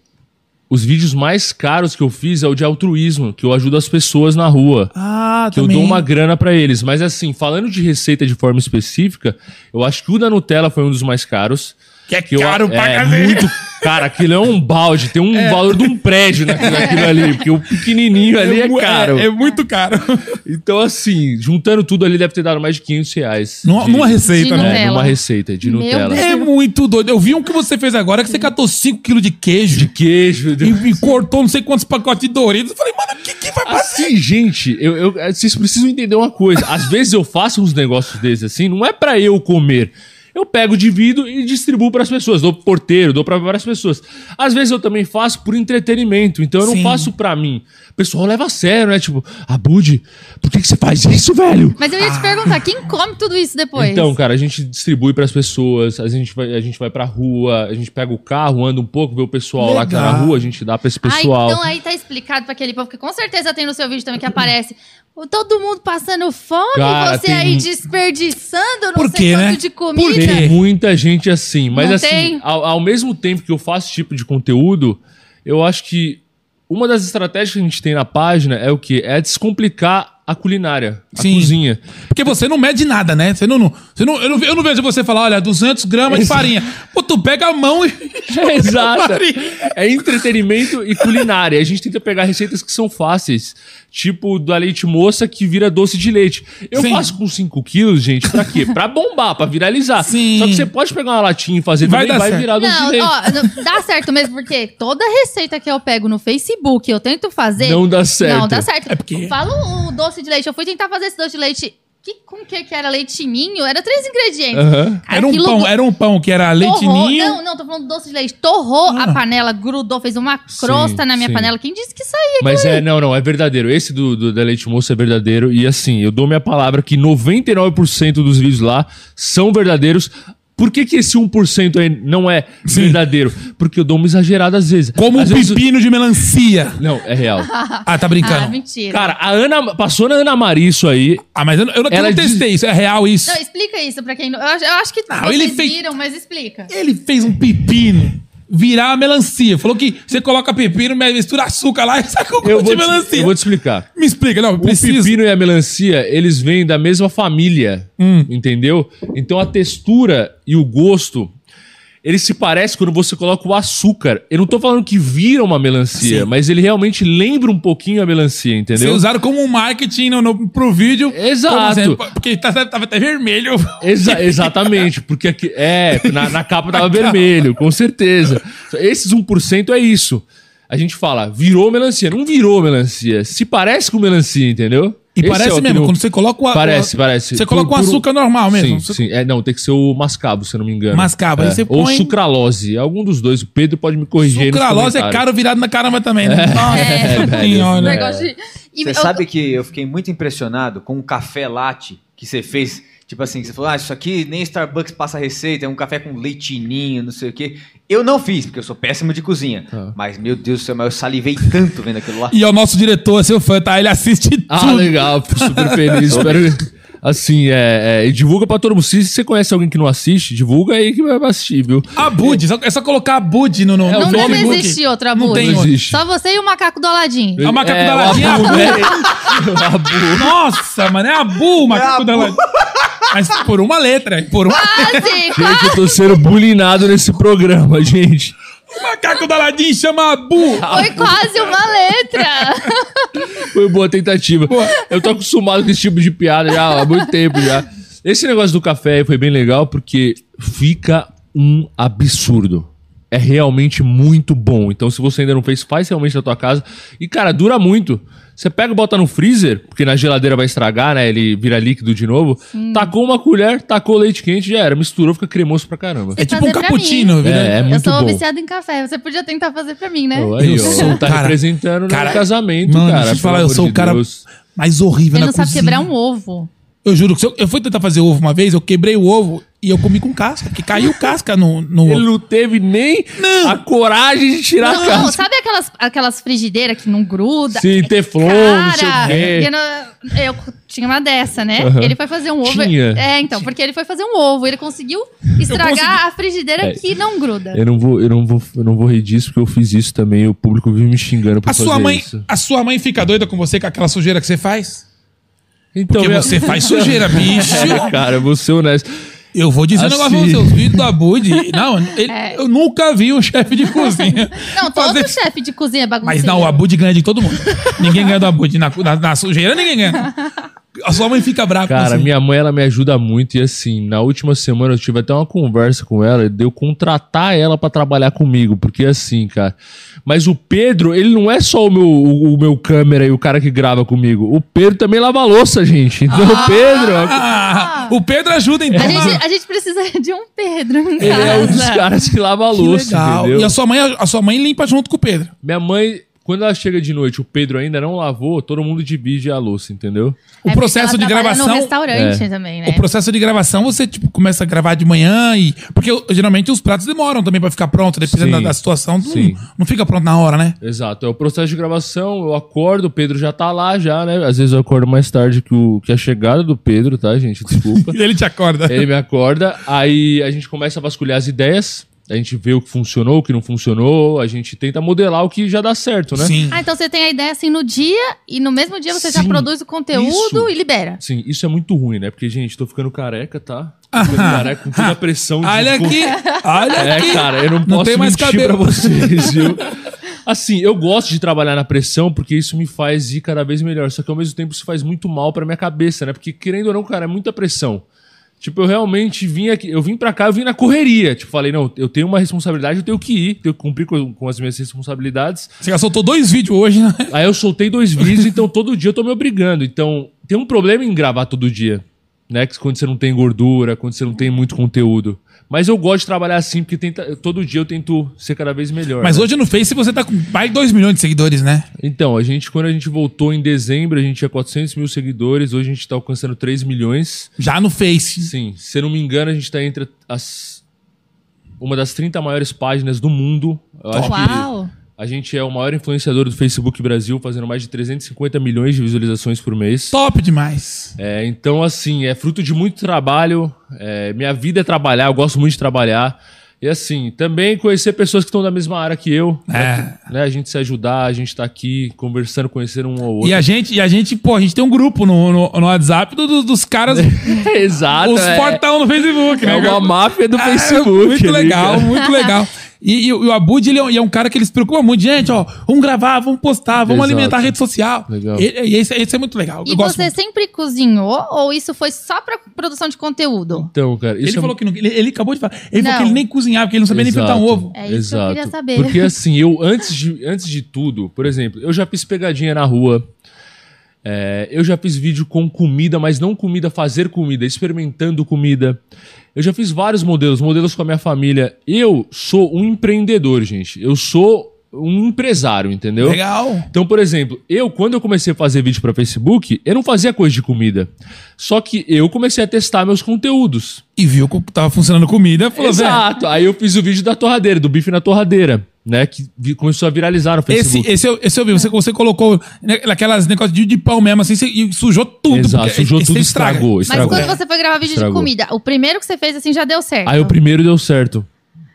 os vídeos mais caros que eu fiz é o de altruísmo, que eu ajudo as pessoas na rua. Ah, que eu dou uma grana pra eles. Mas assim, falando de receita de forma específica, eu acho que o da Nutella foi um dos mais caros. Que é eu- caro pra é, cacete. Muito, *laughs* cara, aquilo é um balde, tem um valor de um prédio naquilo, naquilo ali, porque o pequenininho ali é mu- caro. É, muito *laughs* caro. Então assim, juntando tudo ali deve ter dado mais de 500 reais. Numa, de, numa receita, de né? é, numa Nutella. receita de Meu Nutella. Deus. É muito doido. Eu vi um que você fez agora que você catou 5 quilos de queijo Queijo, e, e cortou não sei quantos pacotes de Doritos. Eu falei, mano, o que, que vai fazer? Assim, gente, eu, eu- eh, vocês precisam entender uma coisa. Às vezes eu faço uns negócios desses assim, não é pra eu comer. Eu pego, divido e distribuo pras pessoas. Dou pro porteiro, dou pra várias pessoas. Às vezes eu também faço por entretenimento, então eu não Sim. faço pra mim. O pessoal leva a sério, né? Tipo, Abud, por que, que você faz isso, velho? Mas eu ia te perguntar, quem come tudo isso depois? Ah. Então, cara, a gente distribui pras pessoas, a gente, vai, a gente vai pra rua, a gente pega o carro, anda um pouco, vê o pessoal lá que tá na Legal. rua, a gente dá pra esse Ah, pessoal. então aí tá explicado pra aquele povo, porque com certeza tem no seu vídeo também que aparece. o- Todo mundo passando fome, Cara, você tem aí um- desperdiçando não Por sei quê, quanto né? de Por comida. Tem muita gente assim. Mas Não assim, tem? ao, ao mesmo tempo que eu faço esse tipo de conteúdo, eu acho que uma das estratégias que a gente tem na página é o quê? É descomplicar a culinária, a Sim. *laughs* cozinha. Porque você não mede nada, né? Você não, não- você não, eu, não, eu não vejo você falar, olha, 200 gramas de farinha. Pô, tu pega a mão e... É, Exato. farinha. É entretenimento e culinária. A gente tenta pegar receitas que são fáceis. Tipo da leite moça que vira doce de leite. Eu Sim. faço com 5 quilos, gente, pra quê? Pra bombar, pra viralizar. Sim. Só que você pode pegar uma latinha e fazer Vai também, dar vai certo. virar doce de Não, leite. ó, não- dá certo mesmo, porque toda receita que eu pego no Facebook, eu tento fazer. Não dá certo. Não, dá certo. É porque- Fala o doce de leite. Eu fui tentar fazer esse doce de leite. Que, com o que que era? Leite ninho? Era três ingredientes. Aham. Cara, Era um aquilo pão, do- era um pão que era leite Torrou- ninho. Não, não, tô falando doce de leite. Torrou Ah. a panela, grudou, fez uma crosta na minha sim. panela. Quem disse que isso aí? *laughs* Mas é, não, não, é verdadeiro. Esse do, do- da Leite Moça é verdadeiro. E assim, eu dou minha palavra que 99% dos vídeos lá são verdadeiros. Por que, que esse 1% aí não é verdadeiro? Porque eu dou uma exagerada às vezes. Como um às vezes- pepino de melancia. Não, é real. Ah, tá brincando. Ah, mentira. Cara, a Ana. Passou na Ana Maria isso aí. Ah, mas eu, não- eu não- eu Ela não diz- testei isso. É real isso. Não, explica isso pra quem não. Eu, acho- eu acho que Não, vocês ele fez- viram, mas explica. Ele fez um pepino virar a melancia. Falou que você coloca pepino, mas mistura açúcar lá e sai com Eu gosto vou, de te, melancia. eu vou te explicar. Me explica, não, eu O preciso. pepino e a melancia, eles vêm da mesma família, Hum. entendeu? Então a textura e o gosto, eles se parecem quando você coloca o açúcar. Eu não tô falando que vira uma melancia, Sim. mas ele realmente lembra um pouquinho a melancia, Vocês entendeu? usaram como um marketing no, no, pro vídeo. Exato. Como exemplo, porque tá- tava até vermelho. Exa- exatamente, porque aqui, é, na, na capa tava vermelho, com certeza. Esses 1% é isso. A gente fala, virou melancia. Não virou melancia. Se parece com melancia, entendeu? E Esse é parece o que mesmo, não- quando você coloca o a- Parece, o- parece. Você coloca Por- um por- açúcar normal mesmo. Sim, Você- sim. É, não, tem que ser o mascavo, se eu não me engano. Mascavo, é. aí você Ou põe- sucralose, algum dos dois. O Pedro pode me corrigir aí nos Sucralose é comentários. caro virado na caramba também, né? Nossa É, velho, senhora. Negócio de- e Você eu- sabe que eu fiquei muito impressionado com o café latte que você fez. Tipo assim, você falou, ah, isso aqui nem Starbucks passa receita, é um café com leitinho, não sei o quê. Eu não fiz, porque eu sou péssimo de cozinha. Ah. Mas, meu Deus do céu, mas eu salivei tanto vendo aquilo lá. E é o nosso diretor, seu fã, tá? Ele assiste tudo. Ah, *laughs* legal, fico super feliz. Espero. Assim, é, é, e divulga pra todo mundo. Se você conhece alguém que não assiste, divulga aí que vai assistir, viu? Abud, só- é só colocar Abud no nome. É, o Não nome deve Facebook- existir outro Não amor. tem um- outro. existe. Só você e o macaco do Aladim. É o macaco é, da latinha, Abu, Abu. né? *laughs* Nossa, mano, é Abu, o macaco da latinha. Mas por uma letra, por uma... Ah! Quase! Gente, eu tô sendo bullyingado nesse programa, *laughs* gente. o *laughs* macaco da latinha chama Abu. Foi quase uma letra! Foi boa tentativa. Eu tô acostumado com esse tipo de piada já há muito tempo já. Esse negócio do café aí foi bem legal porque fica um absurdo. é realmente muito bom. Então, se você ainda não fez, faz realmente na tua casa. E, cara, dura muito. Você pega e bota no freezer, porque na geladeira vai estragar, né? Ele vira líquido de novo. Tacou uma colher, tacou leite quente, já era. Misturou, fica cremoso pra caramba. É tipo um fazer pra mim. cappuccino, viu? É, é eu muito sou bom. viciada em café. Você podia tentar fazer pra mim, né? Pô, aí, Eu ó, sou o tá cara- representando cara- no casamento, Mano, cara. deixa eu te pelo falar, eu amor sou de o cara Deus. mais horrível Ele na não sabe cozinha. quebrar um ovo. Eu juro que se eu, eu fui tentar fazer ovo uma vez, eu quebrei o ovo e eu comi com casca, porque *laughs* caiu casca no, no Ele ovo. não teve nem a coragem de tirar Não, a casca. não, sabe aquelas, aquelas frigideiras que não gruda? Sim, teflon, não sei o Cara, quê. eu, não- eu tinha uma dessa, né? Aham. Ele foi fazer um ovo. Tinha. É, então, porque ele foi fazer um ovo. Ele conseguiu estragar a frigideira É. que não gruda. Eu não vou, eu não vou, eu não vou rir disso porque eu fiz isso também. O público vive me xingando por A fazer sua, mãe, isso. a sua mãe fica doida com você com aquela sujeira que você faz? Então, Porque minha- você *laughs* faz sujeira, bicho. É, cara, eu vou ser honesto. Eu vou dizer um Assim. negócio pra você, os vídeos do Abud. *laughs* Não, ele- É. eu nunca vi um chefe *laughs* de cozinha. Não, todo fazer- chefe de cozinha é bagunceiro. Mas não, o Abud ganha de todo mundo. Ninguém ganha do Abud. Na, na- na sujeira, ninguém *laughs* ganha. A sua mãe fica brava Cara, com você. minha mãe, ela me ajuda muito. E assim, na última semana eu tive até uma conversa com ela. e Deu contratar ela pra trabalhar comigo. Porque assim, cara. Mas o Pedro, ele não é só o meu, o, o meu câmera e o cara que grava comigo. O Pedro também lava a louça, gente. Então o Pedro. Ah, o Pedro ajuda, então. A gente, na- a gente precisa de um Pedro em Ele é um dos casa. caras que lava a Que louça, legal. entendeu? E a sua, mãe, a sua mãe limpa junto com o Pedro. É, Minha mãe, quando ela chega de noite, o Pedro ainda não lavou, todo mundo divide a louça, O entendeu? É porque processo ela de trabalha gravação. No restaurante é. também, né? O processo de gravação, você tipo, começa a gravar de manhã e. Porque eu- geralmente os pratos demoram também pra ficar pronto, dependendo Sim. da, da situação. Não, Sim. não fica pronto na hora, né? Exato. É o processo de gravação, eu acordo, o Pedro já tá lá já, né? Às vezes eu acordo mais tarde que, o, que a chegada do Pedro, tá, *laughs* gente? Desculpa. Ele te acorda. Ele me acorda, aí a gente começa a vasculhar as ideias, a gente vê o que funcionou, o que não funcionou, a gente tenta modelar o que já dá certo, né? Sim. Ah, então você tem a ideia assim no dia e no mesmo dia você já Sim, produz o conteúdo isso. e libera. Sim, isso é muito ruim, né? Porque, gente, tô ficando careca, tá? *laughs* Tô ficando careca com toda a pressão de Olha aqui. Olha aqui. É, cara, eu não posso tem mais mentir cabelo. pra *laughs* vocês, viu? Assim, eu gosto de trabalhar na pressão porque isso me faz ir cada vez melhor. Só que ao mesmo tempo isso faz muito mal pra minha cabeça, né? Porque querendo ou não, cara, é muita pressão. Tipo, eu realmente vim aqui, eu vim pra cá, eu vim na correria. Tipo, falei, não, eu tenho uma responsabilidade, eu tenho que ir, tenho que cumprir com, com as minhas responsabilidades. Você já soltou dois vídeos hoje, né? Aí eu soltei dois vídeos, então todo dia eu tô me obrigando. Então, tem um problema em gravar todo dia, né? Que quando você não tem gordura, quando você não tem muito conteúdo. Mas eu gosto de trabalhar assim, porque tenta- todo dia eu tento ser cada vez melhor. Mas né? hoje no Face você tá com mais de 2 milhões de seguidores, né? Então, a gente, quando a gente voltou em dezembro, a gente tinha 400 mil seguidores, hoje a gente tá alcançando 3 milhões. Já no Face. Sim, se eu não me engano, a gente tá entre as. Uma das 30 maiores páginas do mundo. Eu acho que Uau! a gente é o maior influenciador do Facebook Brasil, fazendo mais de 350 milhões de visualizações por mês. Top demais. É, então, assim, é fruto de muito trabalho. é, minha vida é trabalhar, eu gosto muito de trabalhar. E assim, também conhecer pessoas que estão da mesma área que eu. É. Né, né, a gente se ajudar, a gente tá aqui conversando, conhecendo um ao outro. E a gente, e a gente, pô, a gente tem um grupo no, no, no WhatsApp do- do- dos caras, *laughs* Exato. os é, portão no Facebook, é né? uma máfia do Ah, Facebook. Muito ali, legal, cara. muito legal. E, e o e o Abud, ele é, um, ele é um cara que ele se preocupa muito. Gente, ó, vamos gravar, vamos postar, vamos Exato. alimentar a rede social. Legal. E, e esse, esse é muito legal. E eu gosto você muito. sempre cozinhou ou isso foi só pra produção de conteúdo? Então, cara, isso Ele é falou que não, ele, ele acabou de falar. Ele falou Não. que ele nem cozinhava, porque ele não sabia nem fritar um ovo. É isso que eu queria saber. Porque assim, eu antes de, antes de tudo, por exemplo, eu já fiz pegadinha na rua. é, eu já fiz vídeo com comida, mas não comida, fazer comida, experimentando comida. Eu já fiz vários modelos, modelos com a minha família. Eu sou um empreendedor, gente. Eu sou um empresário, entendeu? Legal. Então, por exemplo, eu, quando eu comecei a fazer vídeo para Facebook, eu não fazia coisa de comida. Só que eu comecei a testar meus conteúdos. E viu que tava funcionando comida, falou, velho. Exato. Aí eu fiz o vídeo da torradeira, do bife na torradeira, né? Que vi- começou a viralizar no Esse, Facebook. esse, eu, esse eu vi, você, você colocou na- naquelas negócios de, de pão mesmo, assim, você- e sujou tudo. Exato, porque sujou esse tudo, estraga. estragou, Mas estragou. quando você foi gravar vídeo de Estragou. comida, o primeiro que você fez assim já deu é certo. Aí o primeiro deu certo.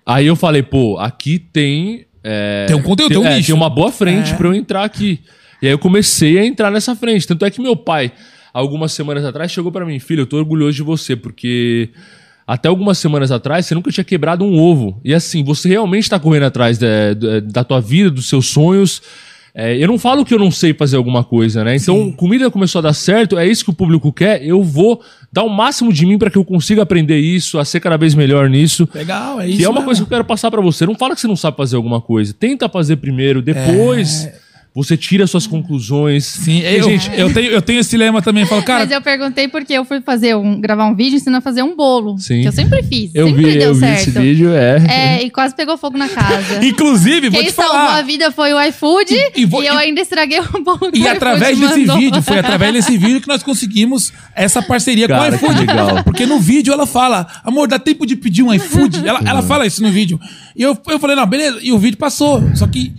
Aí eu falei, pô, aqui tem. é, Tem um conteúdo, tem um nicho. É. Tem uma boa frente pra eu entrar aqui. E aí eu comecei a entrar nessa frente. Tanto é que meu pai, algumas semanas atrás, chegou pra mim, filho, eu tô orgulhoso de você, porque. Até algumas semanas atrás, você nunca tinha quebrado um ovo. E assim, você realmente tá correndo atrás da, da- da tua vida, dos seus sonhos. É, eu não falo que eu não sei fazer alguma coisa, né? Então, comida começou a dar certo, é isso que o público quer, eu vou dar o máximo de mim para que eu consiga aprender isso, a ser cada vez melhor nisso. Legal, é E isso. é uma mesmo. coisa que eu quero passar pra você. Não fala que você não sabe fazer alguma coisa. Tenta fazer primeiro, depois você tira suas conclusões. É. Sim, eu, gente, eu, tenho, eu tenho esse lema também. Eu falo, cara, Mas é, eu perguntei porque eu fui fazer um, gravar um vídeo ensinando a fazer um bolo. Sim. Que eu sempre fiz. Eu sempre vi, deu eu vi certo. esse vídeo, é. É, e quase pegou fogo na *laughs* casa. inclusive, vou Quem te salvou a falar. vida foi o E- iFood e, e vou- eu e- ainda estraguei o bolo que E o através iFood desse mandou. vídeo, foi através *laughs* *laughs* desse vídeo que nós conseguimos essa parceria Cara, com o iFood. que *laughs* legal. Porque no vídeo ela fala, amor, dá tempo de pedir um iFood? Ela, ela fala isso no vídeo. E eu, eu falei, não, beleza. E o vídeo passou. Só que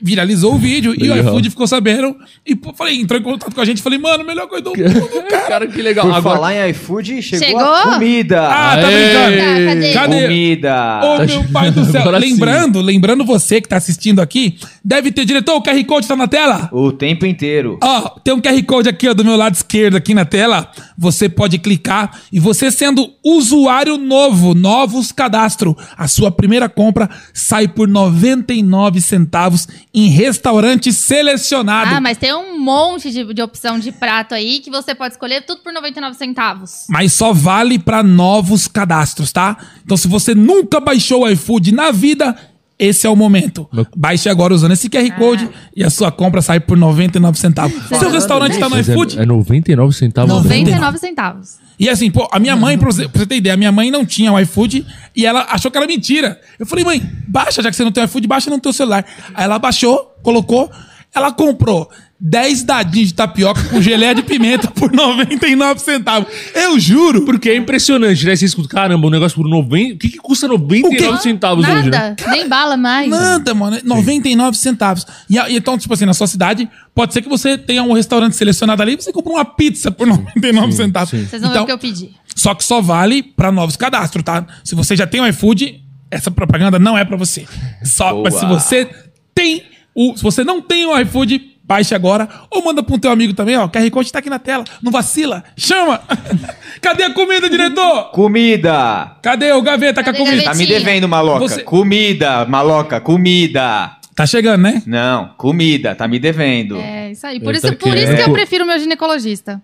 viralizou o vídeo e o Legal. iFood ficou sabendo. E pô, falei, entrou em contato com a gente. Falei, mano, melhor *laughs* coisa do mundo, É. cara. Cara, que legal. Por Agora, falar em iFood, chegou, a Chegou? comida. Ah, tá brincando. Tá, cadê? Cadê? Comida. Ô, meu pai do céu. Agora sim. Tá lembrando, lembrando você que tá assistindo aqui, deve ter, diretor, o QR Code tá na tela? O tempo inteiro. Ó, tem um QR Code aqui, ó, do meu lado esquerdo, aqui na tela. Você pode clicar e você sendo usuário novo, novos cadastro, a sua primeira compra sai por 99 centavos em restaurante selecionado. Ah, mas... mas tem um monte de, de opção de prato aí que você pode escolher tudo por 99 centavos. só vale para novos cadastros, tá? Então se você nunca baixou o iFood na vida, esse é o momento. Meu- Baixe agora usando esse QR Code e a sua compra sai por 99 centavos. Seu restaurante tá no Mas iFood? é, é 99 centavos. né? 99 centavos. E assim, pô, a minha mãe, pra você, pra você ter ideia, a minha mãe não tinha o iFood e ela achou que era mentira. Eu falei, mãe, baixa, já que você não tem iFood, baixa no teu celular. Aí ela baixou, colocou, ela comprou 10 dadinhos de tapioca com geleia de pimenta por 99 centavos. Eu juro. Porque é impressionante, né? Você escuta, caramba, um negócio por 90. O que, que custa 99 centavos Nada, hoje, né? nem bala mais. Nada, mano. é 99 centavos. E, a- e então, tipo assim, na sua cidade, pode ser que você tenha um restaurante selecionado ali e você compra uma pizza por 99 centavos. Vocês vão ver Então, o que eu pedi. Só que só vale pra novos cadastros, tá? Se você já tem o iFood, essa propaganda não é pra você. Só, Boa. mas se você tem o, se você não tem o iFood, baixe agora ou manda pro teu amigo também, ó. O QR Code tá aqui na tela. Não vacila. Chama. *laughs* Cadê a comida, diretor? Comida. Cadê o gaveta com a Cadê a comida? gaveta? Tá me Tinha. devendo, maloca. Você- Comida, maloca, comida. Tá chegando, né? Não, comida, tá me devendo. É, É isso aí. Eu Por, isso, tô por isso que querendo. eu prefiro meu ginecologista.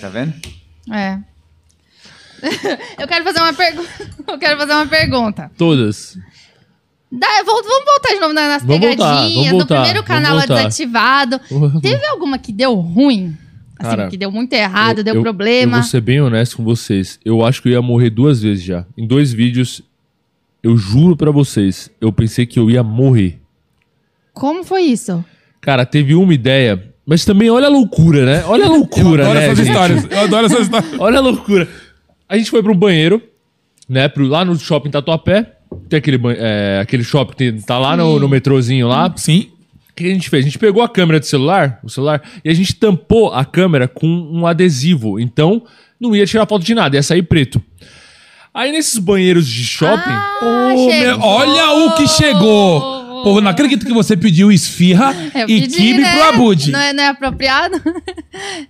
tá vendo? É. *laughs* eu quero fazer uma pergunta. *laughs* Eu quero fazer uma pergunta. Todas. Dá- vol- vamos voltar de novo na- nas Vamos voltar, pegadinhas, vamos no voltar, primeiro vamos canal voltar. desativado. Vamos. Teve alguma que deu ruim? Assim, Cara, que deu muito errado, deu eu, problema. Eu vou ser bem honesto com vocês. Eu acho que eu ia morrer duas vezes já. Em dois vídeos, eu juro pra vocês, eu pensei que eu ia morrer. Como foi isso? Cara, teve uma ideia, mas também olha a loucura, né? Olha *laughs* a loucura, Eu adoro né? essas gente? histórias. Eu adoro essas *laughs* histórias. Olha a loucura. A gente foi pro banheiro, né? Pro, lá no shopping Tatuapé. Tem aquele, ban- é, aquele shopping que tem- tá lá no, no metrozinho lá. Sim. O que a gente fez? A gente pegou a câmera do celular, o celular, e a gente tampou a câmera com um adesivo. Então, não ia tirar foto de nada, ia sair preto. Aí nesses banheiros de shopping. Ah, Ô, chegou. meu, olha o que chegou! Pô, não acredito que você pediu esfirra Eu e pedi, kibe né? pro Abud. Não é, não é apropriado?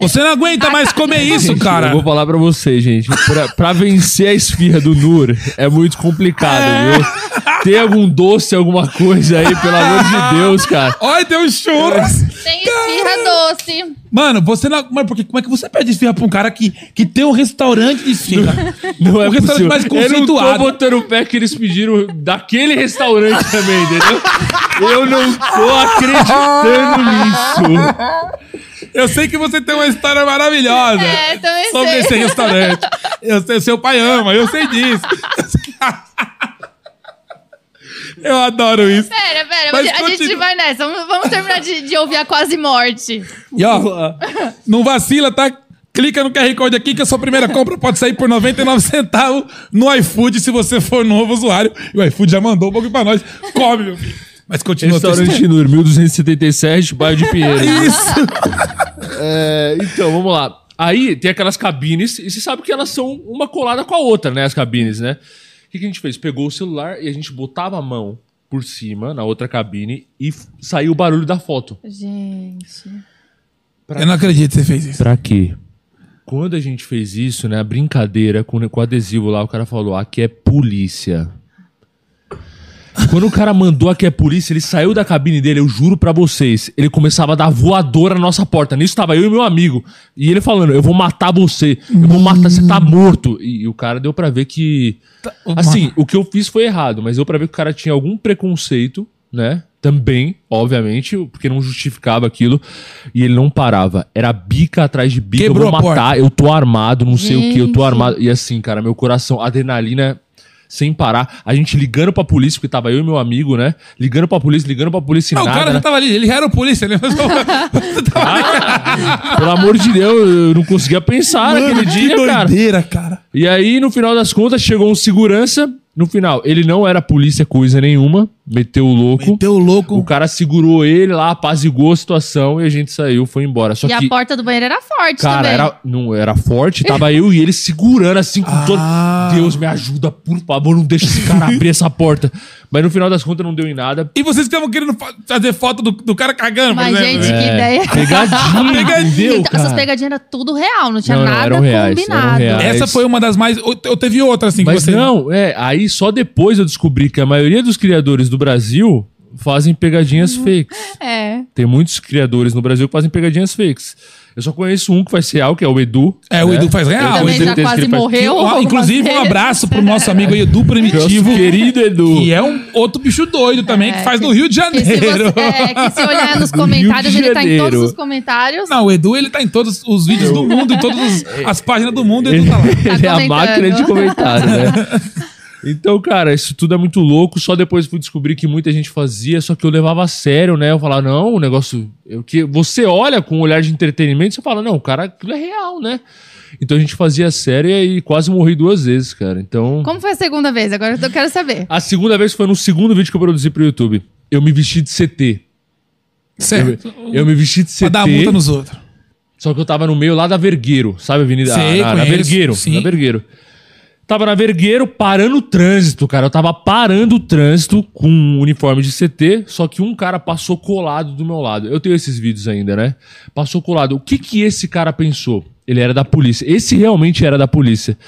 Você não aguenta mais comer isso, Gente, cara. Eu vou falar pra vocês, gente. Pra, pra vencer a esfirra do Nur é muito complicado, viu? Tem algum doce, alguma coisa aí, pelo amor de Deus, cara. Olha, tem um É. churras. *laughs* Tem esfirra doce. Mano, você não. Mas porque, como é que você pede esfirra pra um cara que, que tem um restaurante de esfirra? Não é O restaurante possível. mais Eu não tô conceituado. botando o pé que eles pediram daquele restaurante também, entendeu? Eu não tô acreditando nisso. Eu sei que você tem uma história maravilhosa É, também sobre sei. esse restaurante. Eu sei, seu pai ama, eu sei disso. *laughs* Eu adoro isso. Pera, pera, Mas a gente continua. vai nessa. Vamos, vamos terminar de, de ouvir a quase morte. E ó, não vacila, tá? Clica no QR Code aqui que a sua primeira compra pode sair por 99 centavos no iFood se você for novo usuário. E o iFood já mandou um pouco pra nós. Come, meu filho. Mas continua é tua história. Restaurante Nur, 1277, bairro de Pinheiro. Isso. É, então, vamos lá. Aí tem aquelas cabines, e você sabe que elas são uma colada com a outra, né? As cabines, né? O que, que a gente fez? Pegou o celular e a gente botava a mão por cima na outra cabine e f- saiu o barulho da foto. Gente. Eu não acredito que você fez isso. Pra quê? Quando a gente fez isso, né? A brincadeira com, com o adesivo lá, o cara falou: aqui é polícia. Quando o cara mandou aqui é polícia, ele saiu da cabine dele, eu juro pra vocês. Ele começava a dar voadora na nossa porta. Nisso tava eu e meu amigo. E ele falando: Eu vou matar você, eu vou matar, você tá morto. E, e o cara deu pra ver que. Tá, Assim, o que eu fiz foi errado, mas deu pra ver que o cara tinha algum preconceito, né? Também, obviamente, porque não justificava aquilo. E ele não parava. Era bica atrás de bica. Quebrou eu a vou porta. matar, Ah, eu tô armado, não sei o que, eu tô Gente. armado. E assim, cara, meu coração, adrenalina sem parar. A gente ligando pra polícia, porque tava eu e meu amigo, né? Ligando pra polícia, ligando pra polícia e Não, o nada. cara já né? tava ali, ele já era o polícia, né? ele *laughs* Ah, Pelo amor de Deus, eu não conseguia pensar naquele dia, cara. doideira, cara. E aí, no final das contas, chegou um segurança. No final, ele não era polícia coisa nenhuma, meteu o louco. Meteu o louco. O cara segurou ele lá, apazigou a situação e a gente saiu, foi embora. Só E a que, porta do banheiro era forte cara, também. era, não, era forte, tava eu e ele segurando assim com todo. Ah. Deus, me ajuda, por favor, não deixa esse cara abrir essa porta. Mas no final das contas não deu em nada. E vocês estavam querendo fa- fazer foto do, do cara cagando, por Mas, exemplo. gente, que ideia. é. Pegadinha, *laughs* entendeu, Então, essas cara? pegadinhas eram tudo real, não tinha Não, não, nada eram reais, eram combinado. reais. É, Essa mas- foi uma das mais. ou- Eu teve outra, assim, Mas que você. não, é, aí só depois eu descobri que a maioria dos criadores do Brasil fazem pegadinhas Hum. fakes. É. Tem muitos criadores no Brasil que fazem pegadinhas fakes. Eu só conheço um que faz real, que é o Edu. É, o Edu faz real. Ah, Também o já Edu quase ele faz- morreu. Ó, algumas inclusive, um vezes. abraço pro nosso amigo Edu Primitivo. Nosso querido Edu. Que é um outro bicho doido também, que É, faz que- do Rio de *laughs* Que se, Janeiro. você, *laughs* é, que se olhar nos Rio de comentários, ele tá em todos Janeiro. os comentários. Não, o Edu, ele tá em todos os vídeos do mundo, em todas as- as páginas do mundo, o Edu Ele, tá lá. ele é a comentando. máquina de comentário, né? *laughs* Então, cara, isso tudo é muito louco. Só depois fui descobrir que muita gente fazia, só que eu levava a sério, né? Eu falava, não, o negócio. Eu, que você olha com um olhar de entretenimento você fala, não, cara, aquilo é real, né? Então a gente fazia a sério e aí quase morri duas vezes, cara. Então. Como foi a segunda vez? Agora eu quero saber. A segunda vez foi no segundo vídeo que eu produzi pro YouTube. Eu me vesti de CT. Certo. Eu me vesti de CT. Pra dar multa nos outros. Só que eu tava no meio lá da Vergueiro, sabe a avenida? Sei, Ah, na, na conheço, Vergueiro, sim. na Vergueiro. Tava na Vergueiro parando o trânsito, cara. Eu tava parando o trânsito com um uniforme de CT, só que um cara passou colado do meu lado. Eu tenho esses vídeos ainda, né? Passou colado. O que que esse cara pensou? Ele era da polícia. Esse realmente era da polícia.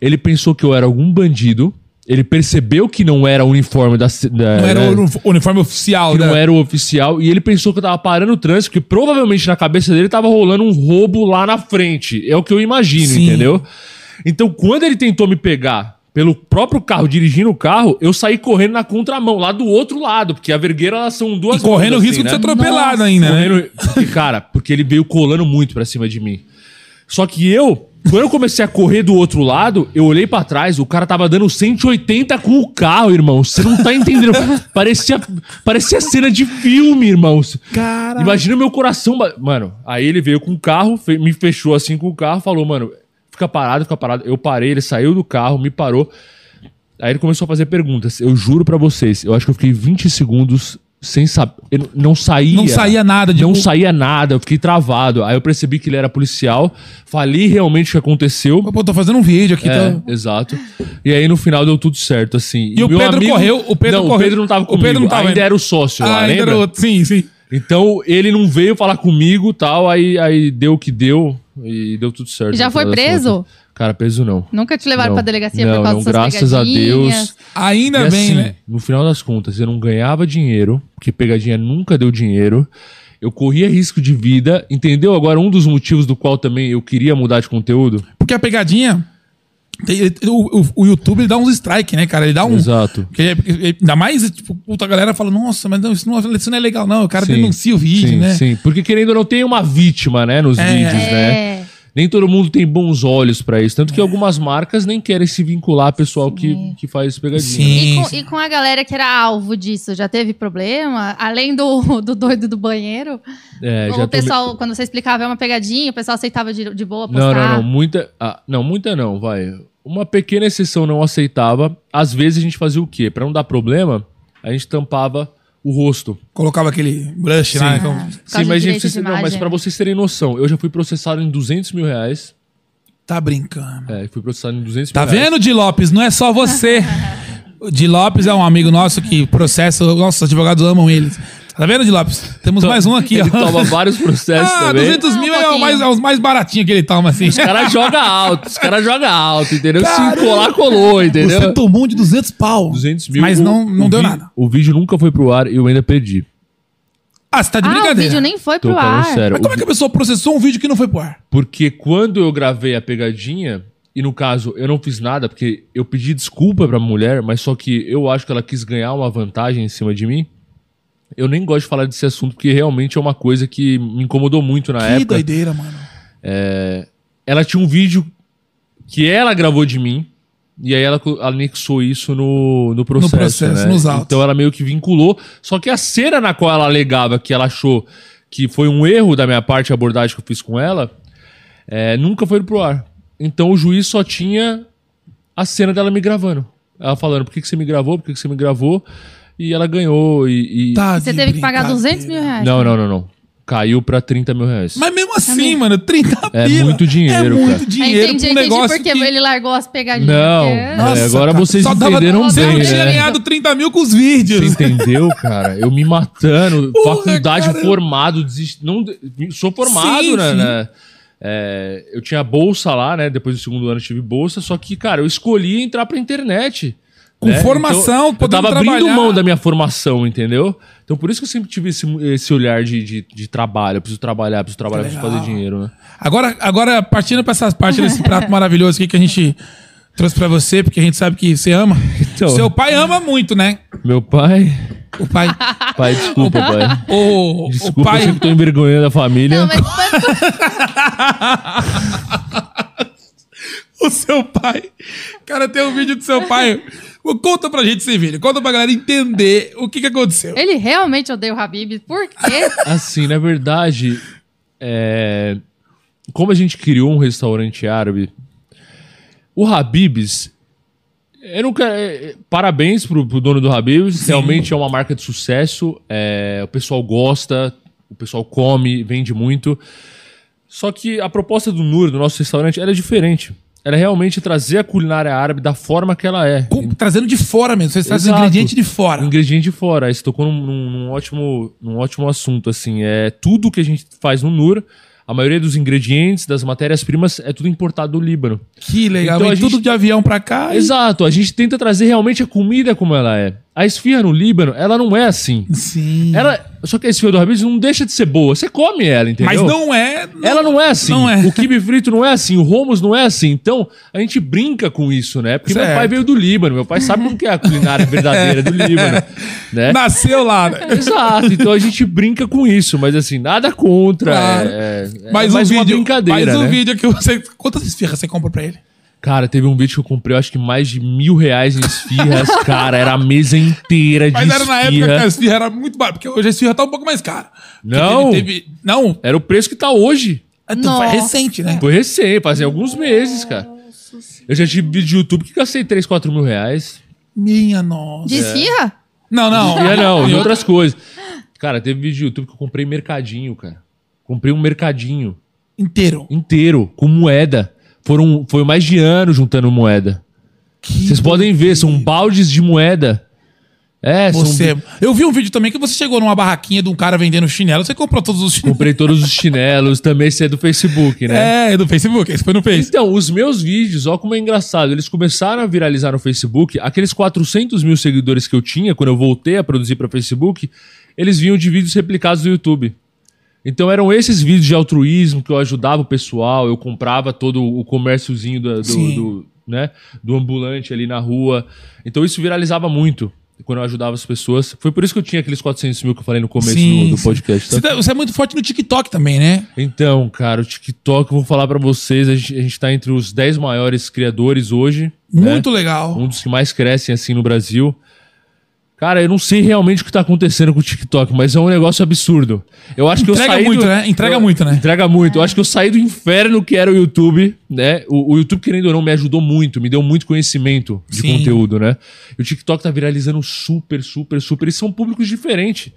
Ele pensou que eu era algum bandido. Ele percebeu que não era o uniforme da. c- da Não era né? o uni- uniforme oficial, que não é. né? era o oficial, e ele pensou que eu tava parando o trânsito, que provavelmente na cabeça dele tava rolando um roubo lá na frente. É o que eu imagino, Sim. entendeu? Então, quando ele tentou me pegar pelo próprio carro, dirigindo o carro, eu saí correndo na contramão, lá do outro lado, porque a vergueira, elas são duas... E correndo o ruas, risco de assim, ser né? atropelado ainda, né? Correndo- porque, cara, porque ele veio colando muito pra cima de mim. Só que eu, quando eu comecei a correr do outro lado, eu olhei pra trás, o cara tava dando 180 com o carro, irmão. Você não *laughs* tá entendendo. parecia, parecia cena de filme, irmão. Cara. Imagina o meu coração. ba- Mano, aí ele veio com o carro, fe- me fechou assim com o carro, falou, mano, fica parado, fica parado. Eu parei, ele saiu do carro, me parou. Aí ele começou a fazer perguntas. Eu juro pra vocês, eu acho que eu fiquei 20 segundos sem saber. eu Não saía. Não saía nada de Não boca. saía nada, eu fiquei travado. Aí eu percebi que ele era policial, falei realmente o que aconteceu. Pô, tô fazendo um vídeo aqui, É, tô... exato. E aí no final deu tudo certo, assim. E o meu Pedro correu, o Pedro não, correu. O Pedro não tava O Pedro comigo, não tava ainda, ainda. era o sócio Ah, lá, ainda lembra? era outro. Sim, sim. Então ele não veio falar comigo tal, aí, aí deu o que deu e deu tudo certo. E já no foi final das preso? contas. Cara, preso não. Nunca te levaram Não. pra delegacia não, por causa não, dessas graças a pegadinhas? Deus. Ainda e bem, assim, né? no final das contas, eu não ganhava dinheiro, porque pegadinha nunca deu dinheiro. Eu corria risco de vida, entendeu? Agora, um dos motivos do qual também eu queria mudar de conteúdo. Porque a pegadinha. tem- ele- o, o- o YouTube ele dá uns strike, né, cara? Ele dá um. Exato. Porque, porque- ainda mais, tipo, puta, a galera fala, nossa, mas não, isso, não, isso não é legal, não. O cara Sim. denuncia o vídeo, sim, né? Sim, porque querendo ou não, tem uma vítima, né, nos É. vídeos, né? É. Nem todo mundo tem bons olhos pra isso. Tanto que algumas marcas nem querem se vincular ao pessoal que, que faz pegadinha. Sim. E com, e com a galera que era alvo disso, já teve problema? Além do, *laughs* do doido do banheiro? É, o já tomei- pessoal, quando você explicava, é uma pegadinha, o pessoal aceitava de, de boa Não, postar? não, não. Muita. ah, não, muita não, vai. Uma pequena exceção não aceitava. Às vezes a gente fazia o quê? Pra não dar problema, a gente tampava o rosto. Colocava aquele brush lá. né? Então, causa de mas, gente, direito vocês, de não, mas imagem. pra vocês terem noção, eu já fui processado em 200 mil reais. tá brincando. É, fui processado em 200 Tá mil reais. vendo, Di Lopes? Não é só *laughs* você. O Di Lopes é um amigo nosso que processa. Nossos advogados amam eles. Tá vendo, de Lopes? Temos To- mais um aqui, Ele ó. *laughs* toma vários processos ah, também. 200 mil Ah, é, um o pouquinho. mais, é os mais baratinhos que ele toma, assim. Os *laughs* caras jogam alto, os caras jogam alto, entendeu? Se colar, colou, entendeu? Você tomou um de 200 pau. 200 mil. Mas não, não o deu vi- nada. O vídeo nunca foi pro ar e eu ainda perdi. Ah, você tá de Ah, o brincadeira. vídeo nem foi Tô pro ar. falando sério. Mas como é que a pessoa processou um vídeo que não foi pro ar? Porque quando eu gravei a pegadinha, e no caso eu não fiz nada, porque eu pedi desculpa pra mulher, mas só que eu acho que ela quis ganhar uma vantagem em cima de mim. Eu nem gosto de falar desse assunto, porque realmente é uma coisa que me incomodou muito na que época. doideira, mano. Ela tinha um vídeo que ela gravou de mim, e aí ela co- anexou isso no, no processo. processo, né? nos autos. Então ela meio que vinculou. Só que a cena na qual ela alegava que ela achou que foi um erro da minha parte a abordagem que eu fiz com ela, é, nunca foi pro ar. Então o juiz só tinha a cena dela me gravando. Ela falando, por que, que você me gravou? Por que, que você me gravou? E ela ganhou e... e- Tá Você de teve que pagar brincadeira. 200 mil reais. Não, não, não, não. Caiu pra 30 mil reais. Mas mesmo assim, mano, 30 É pila. muito dinheiro, É muito cara. Ah, dinheiro entendi, pra um entendi negócio porque que... ele largou as pegadinhas. Não, porque- É, agora vocês só dava- entenderam Você bem, não tinha né? ganhado 30 mil com os vídeos. Você entendeu, cara? Eu me matando, *laughs* Porra, faculdade cara. formado, desist... não de- sou formado, Sim, né? sim. né? É, eu tinha bolsa lá, né? Depois do segundo ano eu tive bolsa, só que, cara, eu escolhi entrar pra internet. Com né? formação, É, então, eu podendo tava abrindo trabalhar. mão da minha formação, entendeu? Então por isso que eu sempre tive esse, esse olhar de, de, de trabalho. Eu preciso trabalhar, preciso trabalhar, Tá preciso fazer dinheiro, né? Agora, agora partindo pra essas partes desse *laughs* prato maravilhoso aqui que a gente trouxe pra você, porque a gente sabe que você ama. Então. Seu pai ama muito, né? Meu pai. O pai. Pai, *laughs* desculpa, pai. o, o Desculpa, eu pai. sempre tô envergonhando a família. Não, mas foi por- *laughs* O seu pai. Cara, tem um vídeo do seu pai. Conta pra gente esse vídeo. Conta pra galera entender o que, que aconteceu. ele realmente odeia o Habib. Por *laughs* quê? Assim, na verdade, é, como a gente criou um restaurante árabe, o Habib's. Eu não quero. é, é, Parabéns pro, pro dono do Habib's. Realmente é uma marca de sucesso. é, o pessoal gosta, o pessoal come, vende muito. Só que a proposta do Nur, do nosso restaurante, era diferente. Era realmente trazer a culinária árabe da forma que ela é. Com- trazendo de fora mesmo. Vocês trazem Exato. ingrediente de fora. O Um ingrediente de fora. Aí você tocou num, num- num ótimo, num ótimo assunto, assim. É tudo que a gente faz no NUR, a maioria dos ingredientes, das matérias-primas, é tudo importado do Líbano. Que legal. Então Vem a gente- tudo de avião pra cá. e- Exato, a gente tenta trazer realmente a comida como ela é. A esfirra no Líbano, ela não é assim. Sim. Ela, só que a esfirra do Habib não deixa de ser boa. Você come ela, entendeu? Mas não é. Ela não é assim. Não é. O quibe frito não é assim. O Romos não é assim. Então, a gente brinca com isso, né? Porque meu Certo. pai veio do Líbano. Meu pai sabe como que é a culinária *laughs* verdadeira do Líbano. Né? Nasceu *laughs* lá, né? Exato, então a gente brinca com isso, mas assim, nada contra. Claro. É, é Mais, um mais vídeo, uma brincadeira. Mais um né? vídeo que você. Quantas esfirras você compra pra ele? Cara, teve um vídeo que eu comprei, eu acho que mais de mil reais em esfirras, *laughs* cara. Era a mesa inteira de Mas era na época que esfirra. a esfirra era muito barata, porque hoje a esfirra tá um pouco mais cara. Porque Não. teve- teve- não, Era o preço que tá hoje. então foi Nossa. recente, né? Foi recém, fazem alguns meses, cara. Eu já tive vídeo de YouTube que gastei 3, 4 mil reais. Minha nossa. De esfirra? Não, não. E é não, e outras coisas. Cara, teve vídeo de YouTube que eu comprei mercadinho, cara. Comprei um mercadinho. Inteiro. inteiro com moeda. Foram, foi mais de ano juntando moeda. Vocês podem ver, são baldes de moeda. É, Você. são. Eu vi um vídeo também que você chegou numa barraquinha de um cara vendendo chinelo, você comprou todos os chinelos. Comprei todos os chinelos, também esse é do Facebook, né? É, é do Facebook, esse foi no Facebook. Então, os meus vídeos, ó como é engraçado, eles começaram a viralizar no Facebook, aqueles 400 mil seguidores que eu tinha quando eu voltei a produzir para Facebook, eles vinham de vídeos replicados do YouTube. Então eram esses vídeos de altruísmo que eu ajudava o pessoal, eu comprava todo o comérciozinho da- do, Sim. do, né, do ambulante ali na rua. Então isso viralizava muito quando eu ajudava as pessoas. Foi por isso que eu tinha aqueles 400 mil que eu falei no começo do, do sim. podcast. tá? Você, tá- você é muito forte no TikTok também, né? Então, cara, o TikTok, eu vou falar pra vocês, a gente, a gente tá entre os 10 maiores criadores hoje. né? Muito legal. Um dos que mais crescem, assim, no Brasil. Cara, eu não sei realmente o que tá acontecendo com o TikTok, mas é um negócio absurdo. Eu acho que eu Entrega saí do- muito, né? Entrega eu- muito, né? Entrega muito. Eu acho que eu saí do inferno que era o YouTube, né? O, o YouTube, querendo ou não, me ajudou muito, me deu muito conhecimento de Sim. conteúdo, né? E o TikTok tá viralizando super, super, super. E são públicos diferentes.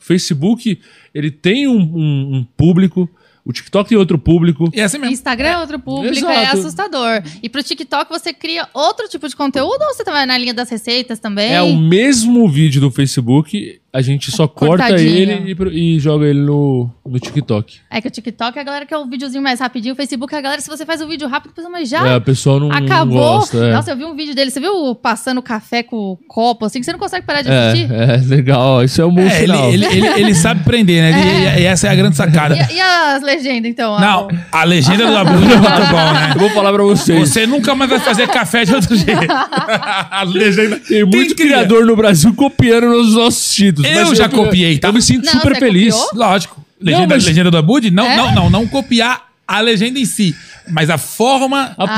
O Facebook, ele tem um, um- um público, o TikTok tem outro público. E é assim mesmo. Instagram é outro público, Exato. é assustador. E pro TikTok você cria outro tipo de conteúdo ou você tá na linha das receitas também? É o mesmo vídeo do Facebook, a a gente só corta Cortadinho. ele e pro- e, joga ele no, no TikTok. É que o TikTok, a galera quer um videozinho mais rapidinho. O Facebook, é a galera, se você faz o vídeo rápido, pensa, mas já É, o pessoal não, não Ah, acabou. gosta. é. Nossa, eu vi um vídeo dele. Você viu o passando café com o copo, assim, que você não consegue parar de assistir? é, é, legal. Isso é um bom É, ele, sinal. ele, ele- ele sabe prender, né? Ele- E, e essa é a grande sacada. E, e as legendas, então? Não, Ah, a legenda do Abude é muito bom, né? Eu vou falar pra vocês. Você nunca mais vai fazer café de outro *laughs* jeito. a legenda. Tem muito criador no Brasil copiando os nossos títulos. Eu já copiei, tá? Eu me sinto Não, super você feliz. copiou? Lógico. Legenda, mas- legenda do Abude? Não, É? não, não, não copiar a legenda em si, mas a forma. A Ah,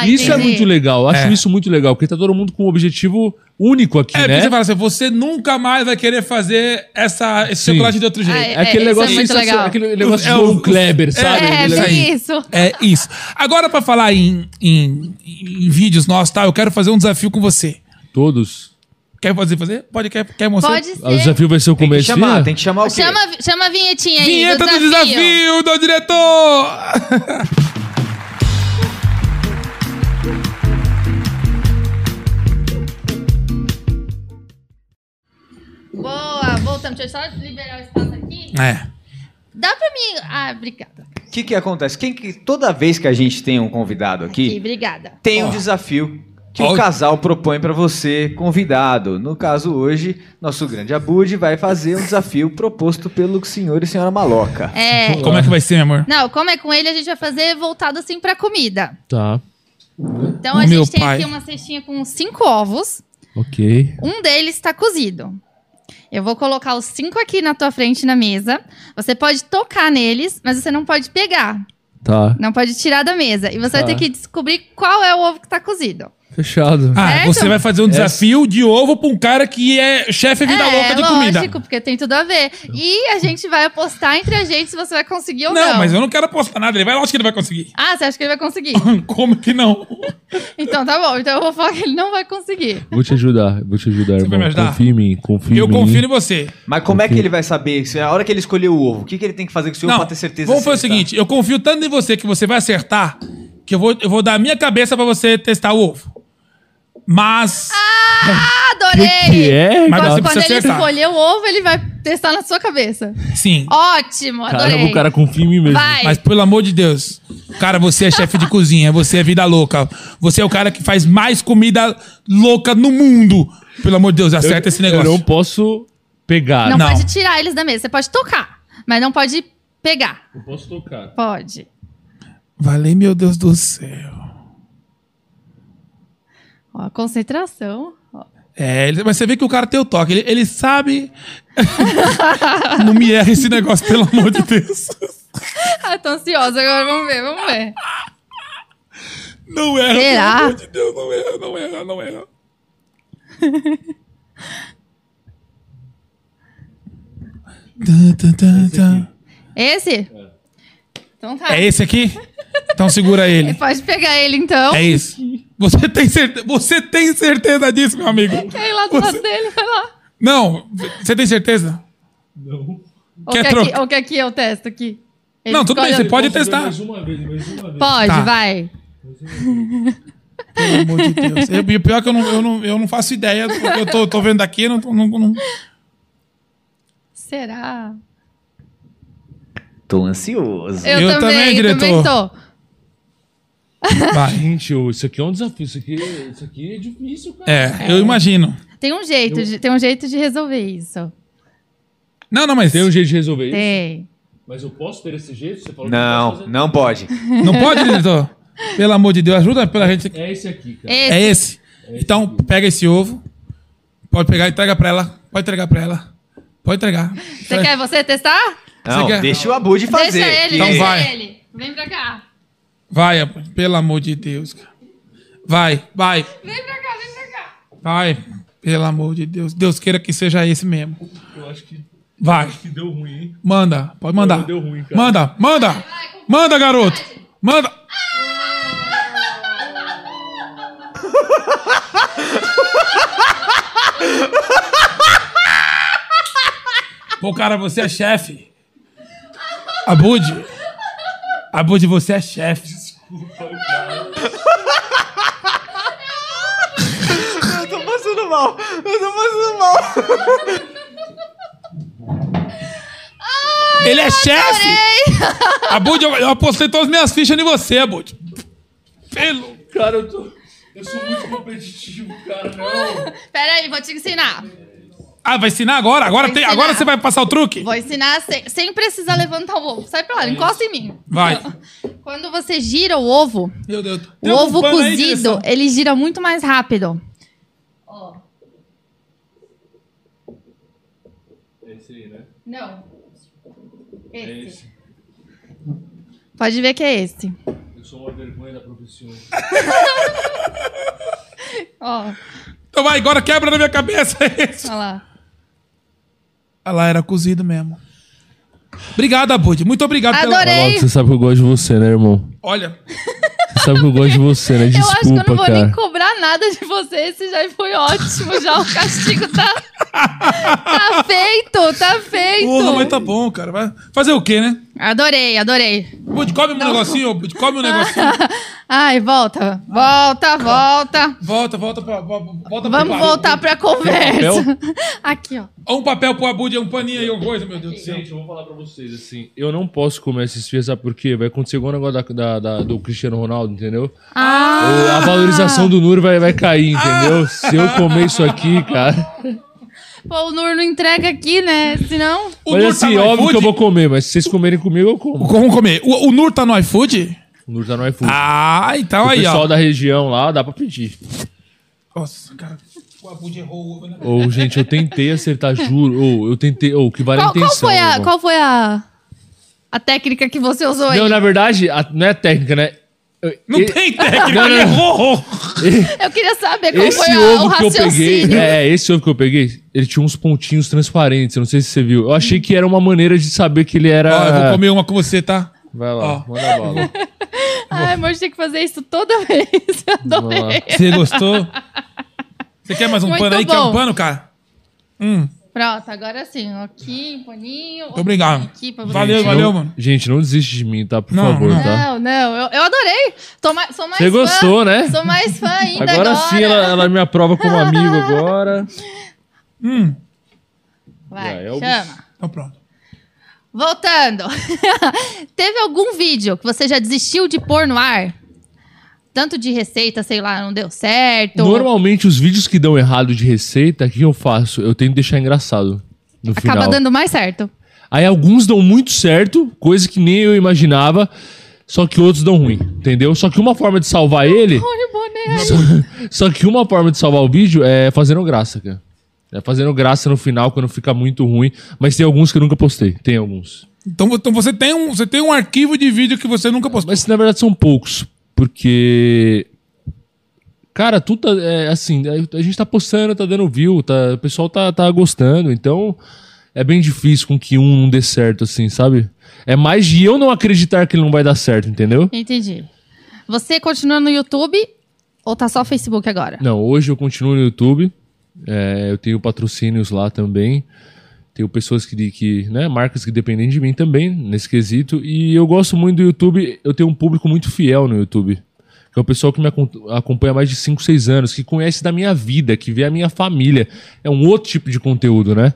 forma. Isso é entendi. muito legal. Eu Acho É. isso muito legal, porque tá todo mundo com um objetivo único aqui, É, porque né? você fala assim, você nunca mais vai querer fazer essa, esse Sim. chocolate de outro jeito. é, É aquele isso negócio é muito sensacional, legal. aquele negócio É de João o- Kleber, sabe? É, Aquele bem negócio- isso. É isso. Agora, pra falar em, em- em vídeos nossos, tá? Eu quero fazer um desafio com você. Todos. Quer fazer? fazer? Pode, quer, quer mostrar? Pode Ah, O ser. desafio vai ser o Tem que começo. chamar, tem que chamar o quê? Chama, chama a vinhetinha aí. Vinheta do desafio do diretor! Boa, voltamos. Deixa eu só liberar o espaço aqui. É. Dá pra mim. Ah, obrigada. O que que acontece? Quem que- toda vez que a gente tem um convidado Aqui, aqui, obrigada. tem um desafio que Ó. o casal propõe pra você, convidado. No caso hoje, nosso grande Abude vai fazer um desafio proposto pelo senhor e senhora Maloca. É. Como é que vai ser, meu amor? Não, como é com ele, a gente vai fazer voltado assim pra comida. Tá. Então a Meu gente tem pai. aqui uma cestinha com cinco ovos. Ok. Um deles está cozido. Eu vou colocar os cinco aqui na tua frente na mesa. Você pode tocar neles, mas você não pode pegar. Tá. Não pode tirar da mesa. E você Tá. Ah. vai ter que descobrir qual é o ovo que tá cozido. Fechado. Ah, Certo? você vai fazer um desafio de ovo pra um cara que é chefe vida louca de lógico, comida. porque tem tudo a ver. E a gente vai apostar entre a gente se você vai conseguir ou Não, não. mas eu não quero apostar nada. Ele vai, lógico que ele vai conseguir. *laughs* Ah, você acha que ele vai conseguir? Como que não? então tá bom. Então eu vou falar que ele não vai conseguir. Vou te ajudar, vou te ajudar, Você vai irmão. me ajudar? Confia em mim, confia eu em mim. confio em você. Mas como é que ele vai saber? Se a hora que ele escolher o ovo, o que, que ele tem que fazer com o senhor não, pra ter certeza? vamos se fazer o ele tá- seguinte. Eu confio tanto em você que você vai acertar que eu vou, eu vou dar a minha cabeça pra você testar o ovo. Mas... Adorei! Que que é, Mas Quando, você quando precisa ele acertar. escolher o ovo, ele vai testar na sua cabeça. Sim. Ótimo, adorei. Caramba, o cara confia em mim mesmo. Vai. Mas pelo amor de Deus, cara, você é chefe de *laughs* cozinha, você é vida louca. Você é o cara que faz mais comida louca no mundo. Pelo amor de Deus, acerta esse negócio. Eu não posso pegar. Não, Ah, Não. pode tirar eles da mesa. Você pode tocar, mas não pode pegar. Não posso tocar. Pode. Valeu, meu Deus do céu. Ó, concentração. Ó. É, ele- mas você vê que o cara tem o toque, ele, ele sabe. *laughs* não me erra esse negócio, pelo amor de Deus. Ah, tô ansiosa agora. Vamos ver, vamos ver. Não erra, Será? pelo amor de Deus, não erra, não erra, não erra. Tan, tan, tan, tan. Esse? Então tá. *laughs* É esse aqui? Então segura ele. Pode pegar ele então. É isso. Você tem certeza, você tem certeza disso, meu amigo? Cai lá do lado dele, vai lá. Não, você tem certeza? Ou Quer quer, que, troca? ou quer que eu testo aqui? Ele Não, tudo bem, escolhe- você pode testar. uma vez, mais uma vez. Pode, Tá. vai. Pelo amor de Deus. Eu, e o pior é que eu não, eu não, eu não faço ideia do que eu tô, tô vendo aqui. Não, tô- não, não- Será? Tô ansioso. Eu, Eu também, também, eu também tô. Vai. Gente, ô, isso aqui é um desafio. Isso aqui, isso aqui é difícil, cara. É, eu imagino. Tem um jeito, de, tem um jeito de resolver isso. Não, não, mas Tem um jeito de resolver isso? Tem. Mas eu posso ter esse jeito? Você falou que eu Não, posso não pode. não pode, diretor? Pelo amor de Deus, ajuda pela gente. aqui. fazer. É esse aqui, cara. Esse. É esse. Então, pega esse ovo. Pode pegar e entrega pra ela. Pode entregar pra ela. Pode entregar. Você quer você testar? Não, quer? deixa o Abude fazer. Deixa ele, que- Então deixa vai. ele. Vem pra cá. Vai, amor. pelo amor de Deus, cara. Vai, vai. Vem pra cá, vem pra cá. Vai, pelo amor de Deus. Deus queira que seja esse mesmo. Eu acho que, Vai, que deu ruim, hein? manda, pode mandar. Deu ruim, cara. Manda, manda, manda, garoto. Manda. Pô, cara, você é chefe. Abude. Abude, você é chefe. Eu tô passando mal. Eu tô passando mal. Ele é chefe! *laughs* Abud, eu, eu apostei todas as minhas fichas em você, Abud. Pelo. Cara, eu tô. Eu sou muito competitivo, cara, não. Pera aí, vou te ensinar. Ah, vai ensinar agora? Agora, Vou tem, ensinar. agora você vai passar o truque? Vou ensinar sem, sem precisar levantar o ovo. Sai pra lá, encosta em mim. Vai. Quando você gira o ovo, Meu Deus. um o ovo cozido, ele gira muito mais rápido. Esse aí, né? Não. É esse. Pode ver que é esse. Eu sou uma vergonha da profissão. Ó, Então vai, agora quebra na minha cabeça é isso. olha lá. Ah lá, era cozido mesmo. Obrigado, Abud. Muito obrigado pela... Adorei. Ei! Você sabe que eu gosto de você, né, irmão? Olha, Você sabe que eu gosto de você, né? *laughs* eu acho que eu Desculpa, não vou cara. nem cobrar nada de você. Esse já foi ótimo. Já o castigo tá. tá feito, tá feito. porra, mas tá bom, cara. Vai fazer o quê, né? Adorei, adorei. *laughs* Abud, come um negocinho, Abud. Come Ah. um negocinho. Ai, volta, volta, volta. Volta, volta pra... Volta pro Vamos barulho. voltar pra conversa. *laughs* Aqui, ó. Ó, Um papel pro Abud, um paninho aí, uma coisa, meu Deus do céu. Gente, eu vou falar pra vocês assim. Eu não posso comer esses fios, sabe por quê? Vai acontecer igual o negócio da- da- da- do Cristiano Ronaldo, entendeu? Ah, O- a valorização do Nuro vai, vai cair, entendeu? Se eu comer *laughs* isso aqui, cara. tá pô, o Nur não entrega aqui, né? Senão. O tá mas Nur assim, no óbvio que eu iFood? vou comer, mas se vocês comerem comigo, eu como. Vamos comer. O, o Nur tá no iFood? O Nuro tá no iFood. Ah, então o aí, pessoal ó. da região lá, dá pra pedir. Nossa, cara. O Abud errou o ovo, né? Ou, gente, eu tentei acertar, juro. Ou, eu tentei. Ou, que vale a Qual, qual intenção. foi a. irmão. Qual foi a. A técnica que você usou aí? Não, na verdade, a- não é técnica, né? Não E- tem técnica, *laughs* Não, não. ele errou. Eu queria saber qual foi Esse a- é o ovo que eu raciocínio. peguei, é, esse ovo que eu peguei, ele tinha uns pontinhos transparentes, eu não sei se você viu. Eu achei que era uma maneira de saber que ele era. Ó, eu vou comer uma com você, tá? Vai lá, Ó. *laughs* manda bala. *laughs* Ai, amor, tem que fazer isso toda *laughs* vez. Eu Vamos lá. Adorei. Você gostou? Você quer mais um Muito pano aí? bom. Quer um pano, cara? Hum, Pronto, agora sim. Aqui, um paninho. outro obrigado. Aqui, pra Valeu, você. Gente, valeu, não- mano. Gente, não desiste de mim, tá? Por Não, favor, não. tá? Não, não, eu, eu adorei. Tô mais, sou mais Você fã. gostou, né? Sou mais fã ainda agora. Agora sim ela, ela me *laughs* aprova como amigo agora. Já Vai, é o- chama. Então pronto. Voltando. *laughs* Teve algum vídeo que você já desistiu de pôr no ar? Tanto de receita, sei lá, não deu certo. Normalmente os vídeos que dão errado de receita, o que eu faço? Eu tento deixar engraçado. No Acaba final. dando mais certo. Aí alguns dão muito certo, coisa que nem eu imaginava, só que outros dão ruim, entendeu? Só que uma forma de salvar ele. Olha o boné. Só que uma forma de salvar o vídeo é fazendo graça, cara. É fazendo graça no final, quando fica muito ruim. Mas tem alguns que eu nunca postei. Tem alguns. Então, então você, tem um, você tem um arquivo de vídeo que você nunca postou. Mas na verdade são poucos. Porque. Cara, tudo tá, é, assim. a- A gente tá postando, tá dando view, tá, o pessoal tá, tá gostando. Então é bem difícil com que um não dê certo, assim, sabe? É mais de eu não acreditar que ele não vai dar certo, entendeu? Entendi. Você continua no YouTube ou tá só Facebook agora? Não, hoje eu continuo no YouTube. É, eu tenho patrocínios lá também. Tenho pessoas que, que, né, marcas que dependem de mim também, nesse quesito. E eu gosto muito do YouTube, eu tenho um público muito fiel no YouTube. Que é o pessoal que me acon- acompanha há mais de 5, 6 anos, que conhece da minha vida, que vê a minha família. É um outro tipo de conteúdo, né?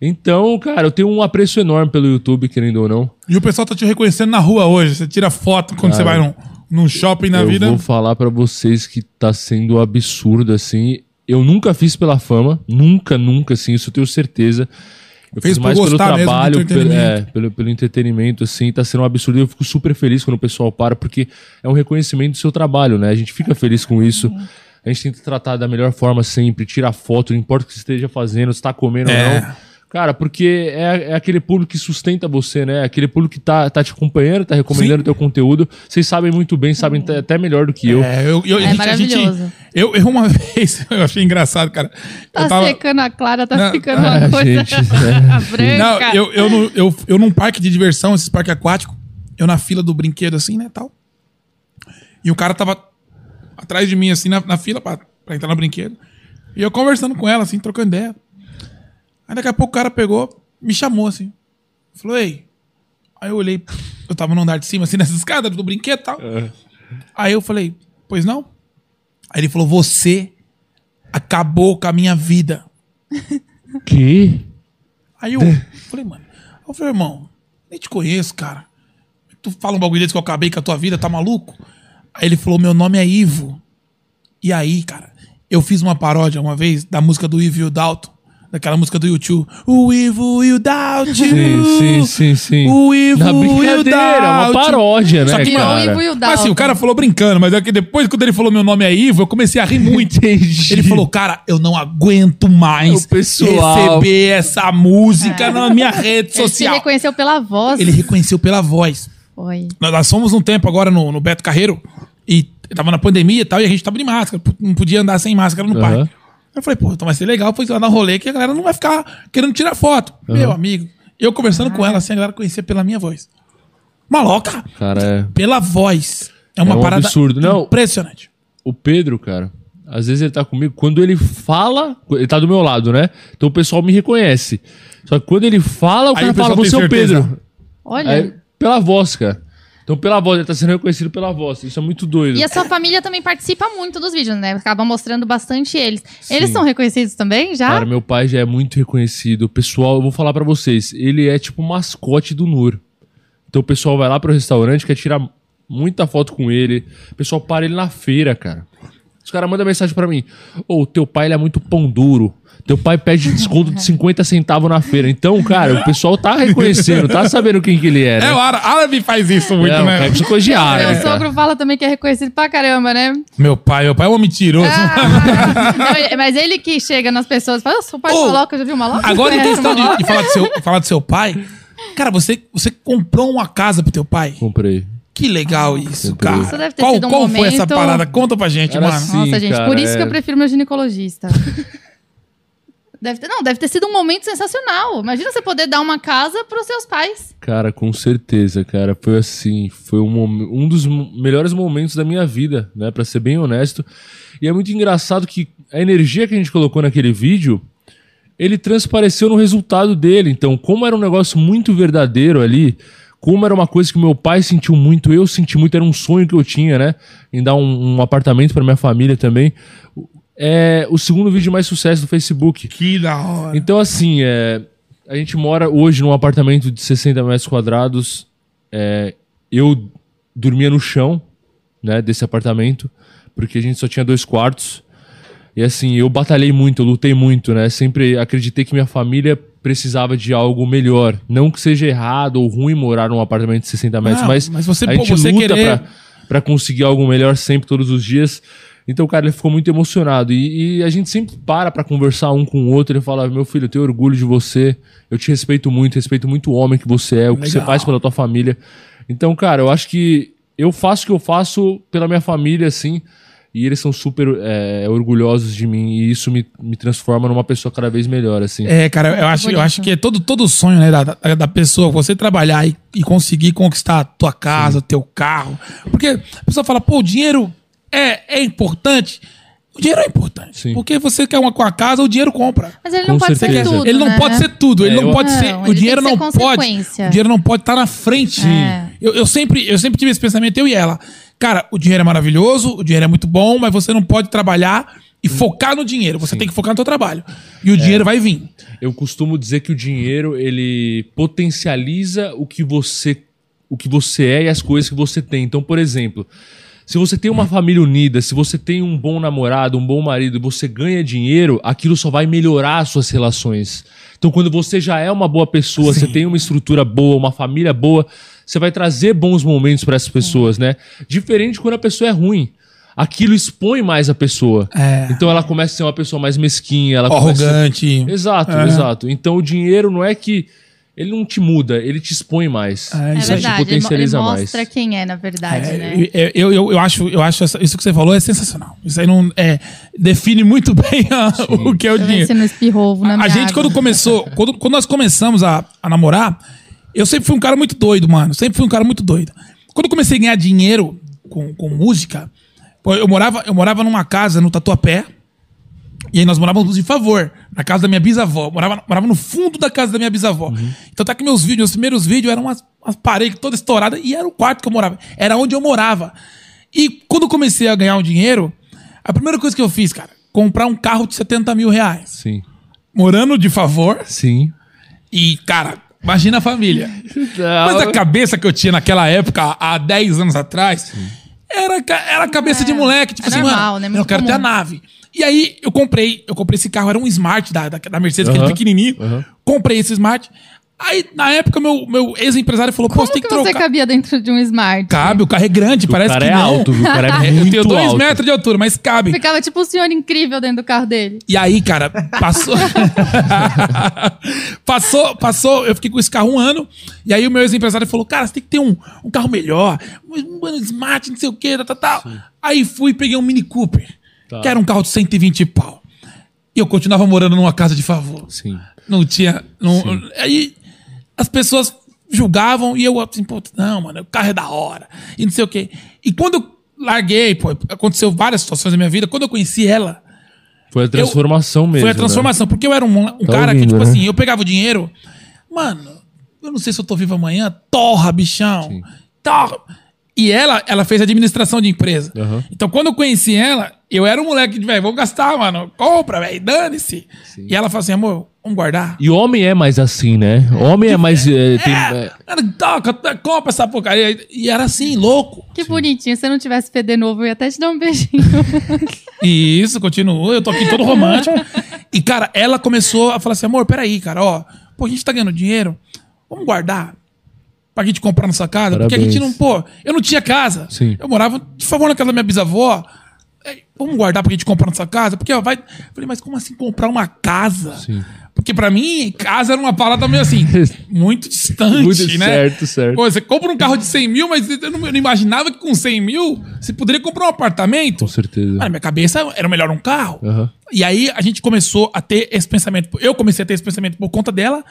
Então, cara, eu tenho um apreço enorme pelo YouTube, querendo ou não. E o pessoal tá te reconhecendo na rua hoje. Você tira foto quando você vai num, num shopping na eu vida. vou falar pra vocês que tá sendo absurdo, assim. Eu nunca fiz pela fama, nunca, nunca, assim, isso eu tenho certeza. Eu Fez fiz por mais pelo gostar mesmo do trabalho, pelo, é, entretenimento. pelo, pelo entretenimento, assim, tá sendo um absurdo. E eu fico super feliz quando o pessoal para, porque é um reconhecimento do seu trabalho, né? A gente fica feliz com isso. A gente tenta tratar da melhor forma sempre, tirar foto, não importa o que você esteja fazendo, se tá comendo ou É. não. Cara, porque é, é aquele público que sustenta você, né? Aquele público que tá, tá te acompanhando, tá recomendando o teu conteúdo. Vocês sabem muito bem, sabem até- até melhor do que eu. É, eu, eu, É a gente, a gente- maravilhoso. eu, eu uma *laughs* vez, eu achei engraçado, cara. Tá eu tava, secando a Clara, tá Não, ficando uma ah, coisa gente, é. *laughs* né? branca. Não, eu, eu, no- eu, eu num parque de diversão, esses parques aquáticos, eu na fila do brinquedo, assim, né, tal. E o cara tava atrás de mim, assim, na, na fila pra, pra entrar no brinquedo. E eu conversando com ela, assim, trocando ideia. Aí daqui a pouco o cara pegou, me chamou, assim. Falou, ei. Aí eu olhei, eu tava no andar de cima, assim, *laughs* nessa escada do brinquedo e tal. Aí eu falei, pois não? Aí ele falou, você acabou com a minha vida. Que? Aí eu falei, mano. Eu falei, irmão, nem te conheço, cara. Tu fala um bagulho desse que eu acabei com a tua vida, tá maluco? Aí ele falou, meu nome é Ivo. E aí, cara, eu fiz uma paródia uma vez da música do Ivo e o Dalton. Daquela música do YouTube. O Ivo e o Dalton. Sim, sim, sim, sim. O Ivo Na e o brincadeira, é Dalton. uma paródia, né, Só que, cara? mano, E o Ivo e o mas assim, o Dalton. cara falou brincando, mas é que depois, quando ele falou meu nome é Ivo, eu comecei a rir muito. Entendi. Ele falou, cara, eu não aguento mais O pessoal. receber essa música na minha rede É. *laughs* Ele se social. reconheceu pela voz. Ele reconheceu pela voz. Foi. Nós, nós fomos um tempo agora no, no Beto Carreiro e tava na pandemia e tal, e a gente tava de máscara, p- não podia andar sem máscara no Aham. parque. Eu falei, pô, então vai ser legal, pois lá dar um rolê que a galera não vai ficar querendo tirar foto. Meu amigo, eu conversando Ah. com ela assim, a galera conhecia pela minha voz. Maloca, Cara, é- pela voz. É uma É um parada absurdo, não. impressionante. o Pedro, cara, às vezes ele tá comigo, quando ele fala, ele tá do meu lado, né? Então o pessoal me reconhece. Só que quando ele fala, o Aí cara o pessoal fala, tem você é o certeza." Pedro. Olha. Aí, pela voz, cara. Então pela voz, ele tá sendo reconhecido pela voz. Isso é muito doido. E a sua família também participa muito dos vídeos, né? Acaba mostrando bastante eles. Eles Sim. são reconhecidos também já? Cara, meu pai já é muito reconhecido. O pessoal, eu vou falar pra vocês, ele é tipo o mascote do Nur. Então o pessoal vai lá pro restaurante, quer tirar muita foto com ele. O pessoal para ele na feira, cara. Os caras mandam mensagem pra mim. Ô, teu pai ele é muito pão duro. Teu pai pede desconto de 50 centavos na feira. Então, cara, o pessoal tá reconhececendo, tá sabendo quem que ele é, né? É, o ára- árabe faz isso muito, É, o né? cara, isso é coisa de árabe, meu cara. sogro fala também que é reconhecido pra caramba, né? Meu pai, meu pai é um homem mentiroso. Não, ele- mas ele que chega nas pessoas e fala, eu sou pai Ô, do Maloca, já viu o Maloca? Agora, em Conhece o questão de, Maloca?" de falar, do seu, falar do seu pai, cara, você, você comprou uma casa pro teu pai? Comprei. Que Ah, legal isso, cara. Isso deve ter qual sido um qual foi essa momento- parada? Conta pra gente, Era mano. assim. Nossa, gente, cara, por isso é. que eu prefiro meu ginecologista. *laughs* deve ter, não, deve ter sido um momento sensacional. Imagina você poder dar uma casa pros seus pais. Cara, com certeza, cara. Foi assim, foi um, mom- um dos mo- melhores momentos da minha vida, né? Pra ser bem honesto. E é muito engraçado que a energia que a gente colocou naquele vídeo, ele transpareceu no resultado dele. Então, como era um negócio muito verdadeiro ali, como era uma coisa que meu pai sentiu muito, eu senti muito, era um sonho que eu tinha, né? Em dar um, um apartamento pra minha família também. É o segundo vídeo de mais sucesso do Facebook. Que da hora. Então, assim, é, a gente mora hoje num apartamento de 60 metros quadrados. É, eu dormia no chão né, desse apartamento, porque a gente só tinha dois quartos. E assim, eu batalhei muito, eu lutei muito, né? Sempre acreditei que minha família precisava de algo melhor. Não que seja errado ou ruim morar num apartamento de 60 metros, Não, mas, Ah, mas você, a pô, gente você luta querer- pra, pra conseguir algo melhor sempre, todos os dias. Então, cara, ele ficou muito emocionado. E, e a gente sempre para pra conversar um com o outro. Ele fala, meu filho, eu tenho orgulho de você. Eu te respeito muito, respeito muito o homem que você é, o que você Legal. faz pela tua família. Então, cara, eu acho que eu faço o que eu faço pela minha família, assim, e eles são super é, orgulhosos de mim, e isso me, me transforma numa pessoa cada vez melhor, assim. É, cara, eu acho, eu Bonito. acho que é todo, todo sonho, né, da, da, da pessoa, você trabalhar e, e conseguir conquistar a tua casa, o teu carro. Porque a pessoa fala, pô, o dinheiro é, é importante. O dinheiro é importante. Sim. Porque você quer uma com a casa, o dinheiro compra. Mas ele Com não pode certeza. ser tudo, ele não né? pode ser tudo, ele É, não eu- pode Não, ser. ele O tem dinheiro que não ser pode. consequência. O dinheiro não pode estar na frente. É. Eu, eu sempre, eu sempre tive esse pensamento, eu e ela. Cara, o dinheiro é maravilhoso, o dinheiro é muito bom, mas você não pode trabalhar e focar no dinheiro. Você tem que focar no seu trabalho. E o dinheiro vai vir. Eu costumo dizer que o dinheiro, ele potencializa o que você o que você é e as coisas que você tem. Então, por exemplo, se você tem uma família unida, se você tem um bom namorado, um bom marido, e você ganha dinheiro, aquilo só vai melhorar as suas relações. Então, quando você já é uma boa pessoa, você tem uma estrutura boa, uma família boa, você vai trazer bons momentos para essas pessoas, né? Diferente quando a pessoa é ruim. Aquilo expõe mais a pessoa. É. Então ela começa a ser uma pessoa mais mesquinha, ela começa a Arrogante. Tá Exato, É. exato. Então o dinheiro não é que. Ele não te muda, ele te expõe mais. É, É Isso verdade, aí te ele, mo- ele potencializa mostra mais. quem é, na verdade, né? É, eu, eu, eu acho, eu acho essa- isso que você falou é sensacional. Isso aí não é, define muito *laughs* bem a- o que é o Tá vendo? dinheiro. Você não espirrou na A- minha A gente, água. quando *laughs* começou, quando, quando nós começamos a, a namorar, eu sempre fui um cara muito doido, mano. Sempre fui um cara muito doido. Quando eu comecei a ganhar dinheiro com, com música, pô, eu morava, eu morava numa casa no Tatuapé. E aí nós morávamos em favor, na casa da minha bisavó. Eu Morava, morava no fundo da casa da minha bisavó. Então tá que meus vídeos, meus primeiros vídeos eram umas, umas paredes todas estouradas e era o quarto que eu morava. Era onde eu morava. E quando eu comecei a ganhar um dinheiro, a primeira coisa que eu fiz, cara, comprar um carro de 70 mil reais Sim. morando de favor Sim. e, cara, Imagina a família. Mas a cabeça que eu tinha naquela época, há 10 anos atrás, era, ca- era cabeça de moleque. Tipo é assim, normal, mano, né? eu Muito quero ter a comum. nave. E aí eu comprei, eu comprei esse carro, era um Smart da, da, da Mercedes, aquele Aham, pequenininho. aham. Comprei esse Smart. Aí, na época, meu, meu ex-empresário falou, pô, Como você tem que, que, você trocar. cabia dentro de um Smart? Cabe, o carro é grande, O parece cara que é não. alto, viu? O cara é *laughs* Eu muito tenho dois alto. metros de altura, mas cabe. Ficava tipo um senhor incrível dentro do carro dele. E aí, cara, passou. *laughs* passou, passou. Eu fiquei com esse carro um ano. E aí, o meu ex-empresário falou: Cara, você tem que ter um, um carro melhor. Um, um smart, não sei o quê, tal, tal, tal. Aí fui e peguei um Mini Cooper, que era um carro de 120 pau. E eu continuava morando numa casa de favor. Sim. Não tinha. Não, aí as pessoas julgavam e eu assim, pô, não, mano, o carro é da hora. E não sei o quê. E quando eu larguei, pô, aconteceu várias situações na minha vida. Quando eu conheci ela, Foi a transformação mesmo. né? foi a transformação, porque eu era um, um cara que, ouvindo, tipo né? assim, eu pegava o dinheiro, mano, eu não sei se eu tô vivo amanhã, torra, bichão. Torra. E ela, ela fez administração de empresa. Aham. Então, quando eu conheci ela, eu era um moleque de, velho, vou gastar, mano, compra, velho, dane-se. E ela falou assim, amor, vamos guardar. E homem é mais assim, né? Homem é mais. é, tem- é, Ela, toca, to- compra essa porcaria. E era assim, louco. Que bonitinho. Se eu não tivesse PD novo, eu ia até te dar um beijinho. *laughs* E isso, continuou, eu tô aqui todo romântico. e, cara, ela começou a falar assim, amor, peraí, cara, ó, pô, a gente tá ganhando dinheiro, vamos guardar pra gente comprar nossa casa, porque a Parabéns. gente não, pô, eu não tinha casa. Sim. Eu morava, de favor, na casa da minha bisavó, É, vamos guardar pra gente comprar nossa casa, porque, ó, vai... Eu falei, mas como assim comprar uma casa? Sim. Porque pra mim, casa era uma parada meio *laughs* assim, muito distante, Muito né? certo, certo. Pô, você compra um carro de 100 mil, mas eu não, eu não imaginava que com 100 mil você poderia comprar um apartamento. Com certeza. Ah, na minha cabeça era melhor um carro. Aham. E aí a gente começou a ter esse pensamento. Eu comecei a ter esse pensamento por conta dela.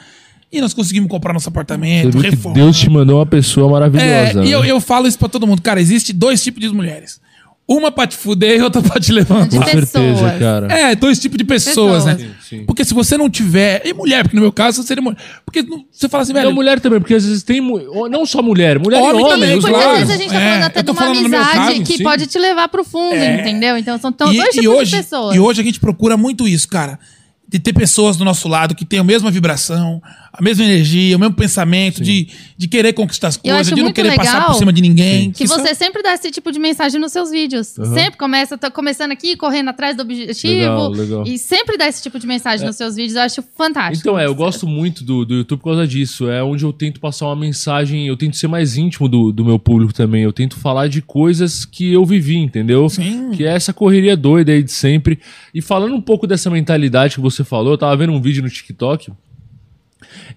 E nós conseguimos comprar nosso Você apartamento, viu que reforma. Deus te mandou uma pessoa É, maravilhosa. e eu, né? eu falo isso pra todo mundo. Cara, existe dois tipos de mulheres. Uma pra te fuder e outra pra te De Com levantar. certeza, pessoas. cara. É, dois tipos de pessoas, Pessoas. né? Porque se você não tiver... E mulher, porque no meu caso seria mulher. Porque não- você fala assim, velho... Não, mulher também, porque às vezes tem. mu- ou- Não só mulher, mulher Homem e homem. também, os Porque claro. às dois. vezes a gente tá É, falando eu até tô de uma falando no meu amizade caso, que sim. É. pode te levar pro fundo, entendeu? Então são tão, E, dois e tipos hoje, de pessoas. e hoje a gente procura muito isso, cara. De ter pessoas do nosso lado que têm a mesma vibração, a mesma energia, o mesmo pensamento de, de querer conquistar as Eu coisas, acho de não muito querer passar legal por cima de ninguém. Que Isso é- você sempre dá esse tipo de mensagem nos seus vídeos. Sempre começa, tá começando aqui, correndo atrás do objetivo. Legal, legal. E sempre dá esse tipo de É. mensagem nos seus vídeos. Eu acho fantástico. Então é, eu gosto muito do, do YouTube por causa disso. É onde eu tento passar uma mensagem, eu tento ser mais íntimo do, do meu público também. Eu tento falar de coisas que eu vivi, entendeu? Sim. Que é essa correria doida aí de sempre. E falando um pouco dessa mentalidade que você falou, eu tava vendo um vídeo no TikTok.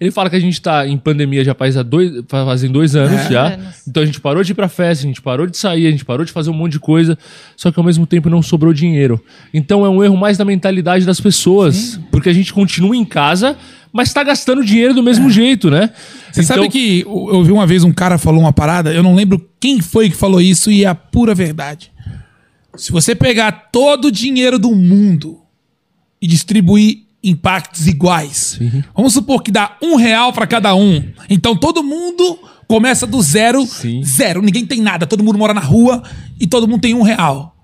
Ele fala que a gente tá em pandemia já faz há dois, fa- fazem dois anos É. já. Anos. Então a gente parou de ir pra festa, a gente parou de sair, a gente parou de fazer um monte de coisa, só que ao mesmo tempo não sobrou dinheiro. Então é um erro mais da mentalidade das pessoas, porque a gente continua em casa, mas tá gastando dinheiro do mesmo jeito, né? É. Você sabe que eu eu vi uma vez um cara falou uma parada, eu não lembro quem foi que falou isso e é a pura verdade. Se você pegar todo o dinheiro do mundo e distribuir em partes iguais, vamos supor que dá um real pra cada um, então todo mundo começa do zero, Sim. zero, ninguém tem nada, todo mundo mora na rua e todo mundo tem um real.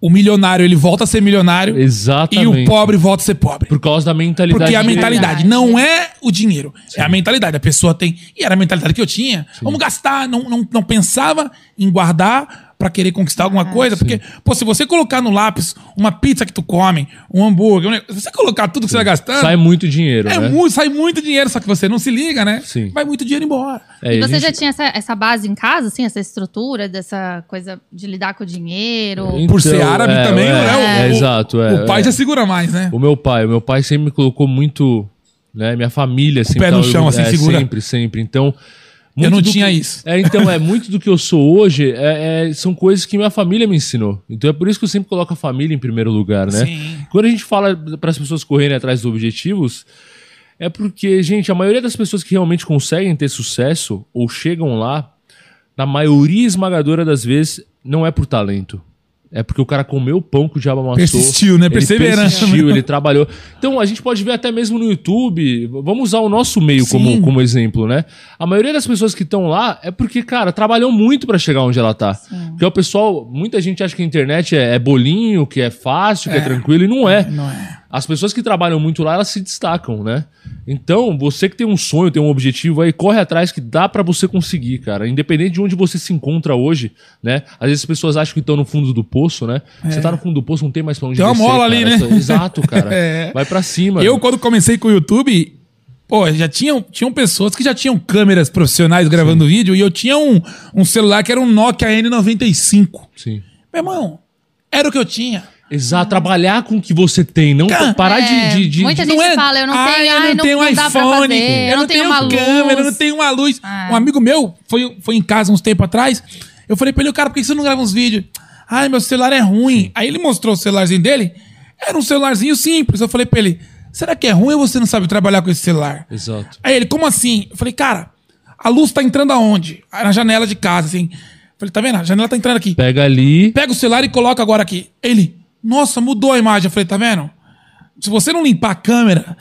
O milionário ele volta a ser milionário Exatamente. e o pobre volta a ser pobre. Por causa da mentalidade. Porque é a de- mentalidade não é o dinheiro, é a mentalidade. A pessoa tem. E era a mentalidade que eu tinha. Vamos gastar, não, não, não pensava em guardar pra querer conquistar alguma Ah, coisa. Porque, pô, se você colocar no lápis uma pizza que tu come, um hambúrguer, um negócio, se você colocar tudo que você vai gastando, Sai muito dinheiro, é né? muito, sai muito dinheiro, só que você não se liga, né? Sim. Vai muito dinheiro embora. É, E a você gente- já tinha essa, essa base em casa, assim, essa estrutura, dessa coisa de lidar com o dinheiro? Então, Por ser árabe é, também, é, né? O, é, o- exato, é, o pai é. já segura mais, né? O meu pai, o meu pai sempre me colocou muito, né, minha família assim, pé no tal, chão, eu- assim, é, segura. sempre, sempre. Então, Eu muito não do tinha que- isso. É, então é muito do que eu sou hoje, é- é- são coisas que minha família me ensinou. Então é por isso que eu sempre coloco a família em primeiro lugar, né? Sim. Quando a gente fala para as pessoas correrem atrás dos objetivos, é porque, gente, a maioria das pessoas que realmente conseguem ter sucesso ou chegam lá, na maioria esmagadora das vezes, não é por talento. É porque o cara comeu o pão que o diabo amassou. Persistiu, né? Ele Perseverança. persistiu, ele trabalhou. Então, a gente pode ver até mesmo no YouTube, vamos usar o nosso meio como, Sim. como exemplo, né? A maioria das pessoas que estão lá é porque, cara, trabalhou muito pra chegar onde ela tá. Porque o pessoal, muita gente acha que a internet é, é bolinho, que é fácil, que é tranquilo, e não é. Não é. as pessoas que trabalham muito lá, elas se destacam, né? Então, você que tem um sonho, tem um objetivo aí, corre atrás que dá pra você conseguir, cara. Independente de onde você se encontra hoje, né? Às vezes as pessoas acham que estão no fundo do poço, né? Você tá no fundo do poço, não tem mais pra onde É. Tem uma descer, mola cara. ali, né? Isso- Exato, cara. *laughs* É. Vai pra cima. Eu, quando comecei com o YouTube, pô, já tinham, tinham pessoas que já tinham câmeras profissionais gravando vídeo e eu tinha um, um celular que era um Nokia N95. Sim. Meu irmão, era o que eu tinha. Exato, trabalhar com o que você tem, não Cara, parar É, de, de, de- muita de- gente Não é- fala, eu não Ai, tenho, eu ai, não tenho não dá pra iPhone, fazer, eu não tenho, uma luz. Ah. câmera, eu não tenho uma luz. Um amigo meu foi, foi em casa uns tempos atrás, eu falei pra ele, cara, por que você não grava uns vídeos? Ai, meu celular é ruim. Aí ele mostrou o celularzinho dele, era um celularzinho simples. Eu falei pra ele, será que é ruim ou você não sabe trabalhar com esse celular? Exato. Aí ele, como assim? Eu falei, cara, a luz tá entrando aonde? Aí na janela de casa, assim. Eu falei, tá vendo? A janela tá entrando aqui Pega ali. pega o celular e coloca agora aqui. Ele, nossa, mudou a imagem. Eu falei, tá vendo? Se você não limpar a câmera,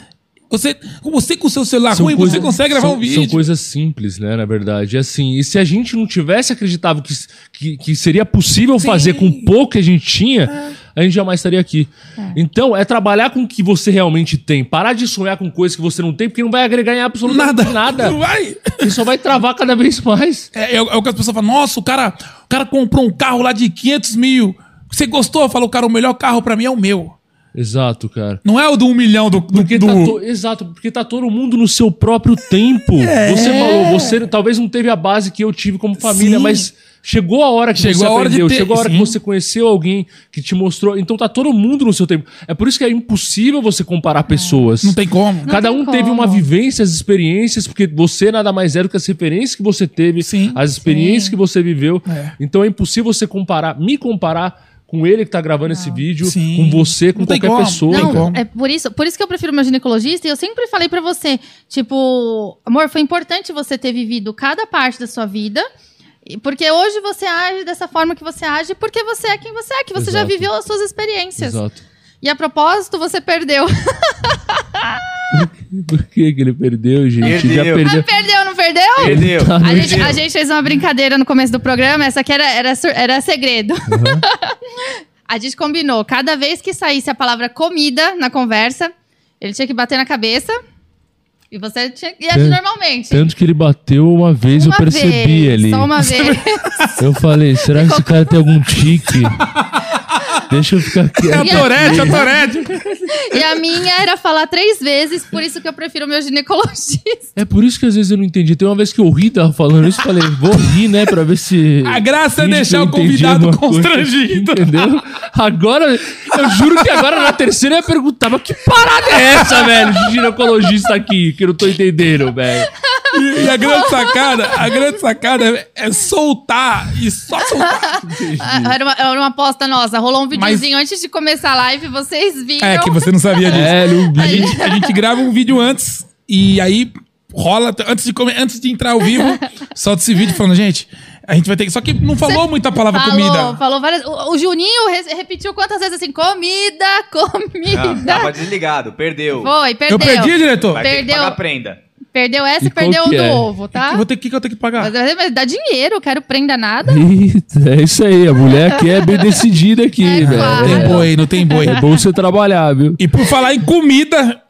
você, você com o seu celular ruim, você coisas- consegue gravar são- um vídeo. São coisas simples, né, na verdade. E Assim, e se a gente não tivesse acreditado que, que, que seria possível fazer com o pouco que a gente tinha, É. a gente jamais estaria aqui. Então, é trabalhar com o que você realmente tem. Parar de sonhar com coisas que você não tem, porque não vai agregar em absolutamente nada. *laughs* nada. Não vai. E só vai travar cada vez mais. É, é, é o que as pessoas falam, nossa, o cara, o cara comprou um carro lá de 500 mil. Você gostou? Eu falo, cara, o melhor carro pra mim é o meu. Exato, cara. Não é o do um milhão do... do, Porque do- tá to- Exato, porque tá todo mundo no seu próprio tempo. É. Você falou, você talvez não teve a base que eu tive como família, Sim. mas chegou a hora que Chegou você a hora de aprendeu, ter- chegou a hora sim. que você conheceu alguém que te mostrou. Então tá todo mundo no seu tempo. É por isso que é impossível você comparar pessoas. Não tem como. Cada tem um teve uma como. vivência, as experiências, porque você nada mais é do que as referências que você teve, Sim. as experiências que você viveu. É. Então é impossível você comparar, me comparar com ele que tá gravando esse vídeo, Sim. com você, com Não tem qualquer como, pessoa. tem cara. como. Não, é por isso, por isso que eu prefiro meu ginecologista e eu sempre falei pra você, tipo, amor, foi importante você ter vivido cada parte da sua vida. e- Porque hoje você age dessa forma que você age, porque você é quem você é, que você já Exato. viveu as suas experiências. Exato. E a propósito, você perdeu. *laughs* Por que, que ele perdeu, gente? Perdeu. Já perdeu. perdeu, não perdeu? Perdeu. A gente, a gente fez uma brincadeira no começo do programa, essa aqui era, era, sur- era segredo. Uhum. *laughs* a gente combinou, cada vez que saísse a palavra comida na conversa, ele tinha que bater na cabeça e você tinha que agir Tanto- normalmente. Tanto que ele bateu uma vez, eu Uma percebi vez, ali. Só *laughs* uma vez. Eu falei, será que esse cara tem algum tique? Deixa eu ficar É a quieto. Torete, é a Torete. e a minha era falar três vezes, por isso que eu prefiro meu ginecologista. É por isso que às vezes eu não entendi. Tem uma vez que eu ri, tava falando isso, eu falei, vou rir, né, pra ver se... A graça é finge que deixar eu o entendi convidado alguma coisa, constrangido. entendeu? Agora, eu juro que agora na terceira eu ia perguntar, mas que parada é essa, velho, de ginecologista aqui, que eu não tô *laughs* entendendo, velho. E, e a grande sacada, a grande sacada é, é soltar e só soltar. Ah, Era uma, era uma aposta nossa. Rolou um videozinho antes de começar a live, vocês viram. *laughs* É, que você não sabia disso. É, não A gente, a gente grava um vídeo antes e aí rola, antes de, come- antes de entrar ao vivo, solta esse vídeo falando, gente, a gente vai ter que. Só que não falou muita palavra Falou, comida. falou várias. O, o Juninho re- repetiu quantas vezes assim: comida, *laughs* Não, comida. tava desligado, perdeu. Foi, perdeu. Eu perdi, diretor? O Vai ter que Perdeu. pagar a prenda. Perdeu essa E e qual perdeu o que do é? ovo, tá? que, vou ter, que que eu tenho que pagar? Mas, mas dá dinheiro, eu quero *laughs* prenda nada. Eita, é isso aí, a mulher aqui é bem decidida aqui, É velho. Não claro. tem boi, não tem boi. É bom você trabalhar, viu? E por falar em comida,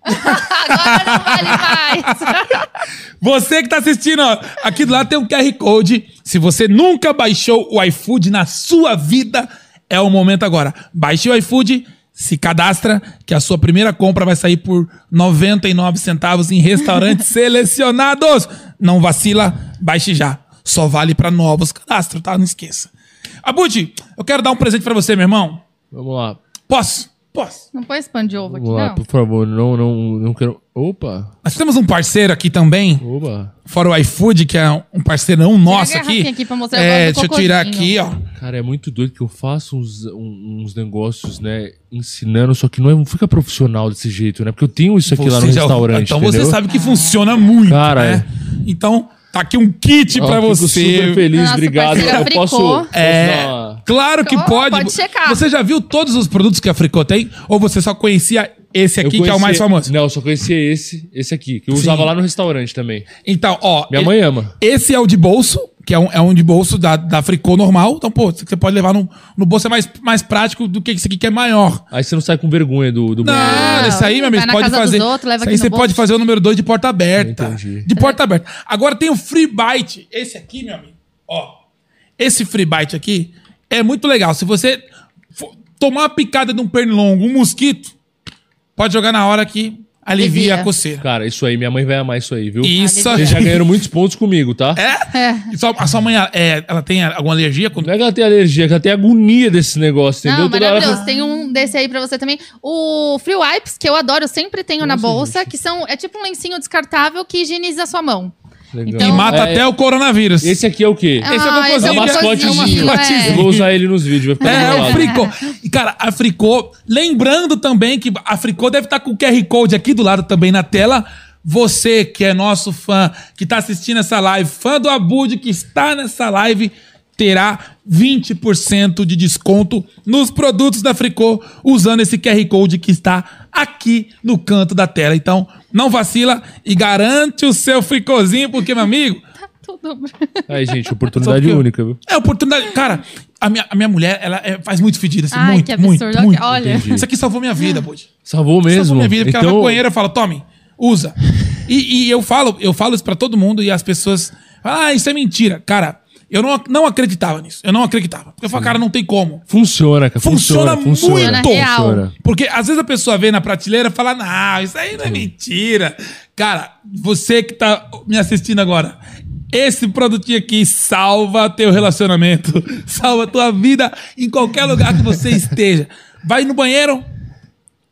Agora não vale *laughs* mais. Você que tá assistindo, ó, aqui do lado tem um QR Code. Se você nunca baixou o iFood na sua vida, é o momento agora. Baixe o iFood, se cadastra, que a sua primeira compra vai sair por 99 centavos em restaurantes selecionados. Não vacila, baixe já. Só vale pra novos cadastros, tá? Não esqueça. Abud, eu quero dar um presente pra você, meu irmão. Vamos lá. Posso? Posso. Não põe esse pão de ovo aqui, Vamos lá, não. por favor, não, não, não quero. Opa! Nós temos um parceiro aqui também. Opa! Fora o iFood, que é um parceirão nosso a aqui. garrafinha aqui pra mostrar, eu é, gosto deixa do eu tirar aqui, cocôzinho. ó. Cara, é muito doido que eu faço uns, um- uns negócios, né? Ensinando, só que não, é, não fica profissional desse jeito, né? Porque eu tenho isso aqui lá no Você já- restaurante. Então entendeu? você sabe que funciona muito, Cara, é. né? Então, tá aqui um kit Ó, pra fico você. super feliz, Nossa, obrigado. parceira Eu Fricô. posso. posso É, dar- claro que Ó, pode. pode checar. Você já viu todos os produtos que a Fricô tem? Ou você só conhecia esse eu aqui, que é o mais conhecia- famoso? Não, eu só conhecia esse, esse aqui, que eu Sim. usava lá no restaurante também. Então, ó, Minha e- mãe ama. esse é o de bolso, que é um, é um de bolso da, da Fricô normal. Então, pô, você pode levar no, no bolso, é mais, mais prático do que esse aqui que é maior. Aí você não sai com vergonha do, do banheiro. né? Não, isso aí, meu amigo, vai na pode casa fazer. dos outros, leva isso aí aqui no você bolso. pode fazer o número 2 de porta aberta. Entendi. De porta aberta. Agora tem o Free Bite. Esse aqui, meu amigo, ó. Esse Free Bite aqui é muito legal. Se você for tomar uma picada de um pernilongo, um mosquito, pode jogar na hora que alivia Alivia. a coceira. Cara, isso aí, minha mãe vai amar isso aí, viu? Isso Vocês já aqui. ganharam muitos pontos comigo, tá? *laughs* É? É. E sua- a sua mãe, é, ela tem alguma alergia? Quando... Não é que ela tem alergia, que ela tem agonia desse negócio, entendeu? Não, Toda hora- maravilhoso. Tem um desse aí pra você também. O Free Wipes, que eu adoro, eu sempre tenho na bolsa, que são. É tipo um lencinho descartável que higieniza a sua mão. Legal. Então- E mata É, até o coronavírus. Esse aqui é o quê? Ah, esse é o É o cocôzinho, mascotezinho. é. Eu vou usar ele nos vídeos, vai ficar É, legal. o Fricô. E, Cara, a Fricô, lembrando também que a Fricô deve estar com o QR Code aqui do lado também na tela. Você que é nosso fã, que está assistindo essa live, fã do Abud que está nessa live, terá 20% de desconto nos produtos da Fricô usando esse QR Code que está aqui no canto da tela. Então, não vacila e garante o seu fricôzinho, porque, meu amigo, Tudo. Aí, gente, oportunidade Só que- única, viu? é oportunidade. Cara, a minha, a minha mulher, ela é- faz muito fedido, assim, Ai, muito, que muito, absurdo. muito. Olha. Entendi. Isso aqui salvou minha vida, Bud. Salvou mesmo. Salvou minha vida, porque ela Então- vai banheiro e fala, tome, usa. E, e eu falo, eu falo isso pra todo mundo e as pessoas falam, ah, isso é mentira. Cara, eu não, ac- não acreditava nisso. Eu não acreditava. Eu falo, cara, não tem como. Funciona, cara. Funciona, Funciona funciona. muito. Funciona real. Porque às vezes a pessoa vê na prateleira e fala, não, isso aí não é mentira. Cara, você que tá me assistindo agora, esse produtinho aqui salva teu relacionamento, *laughs* salva tua vida em qualquer lugar que você esteja. Vai no banheiro,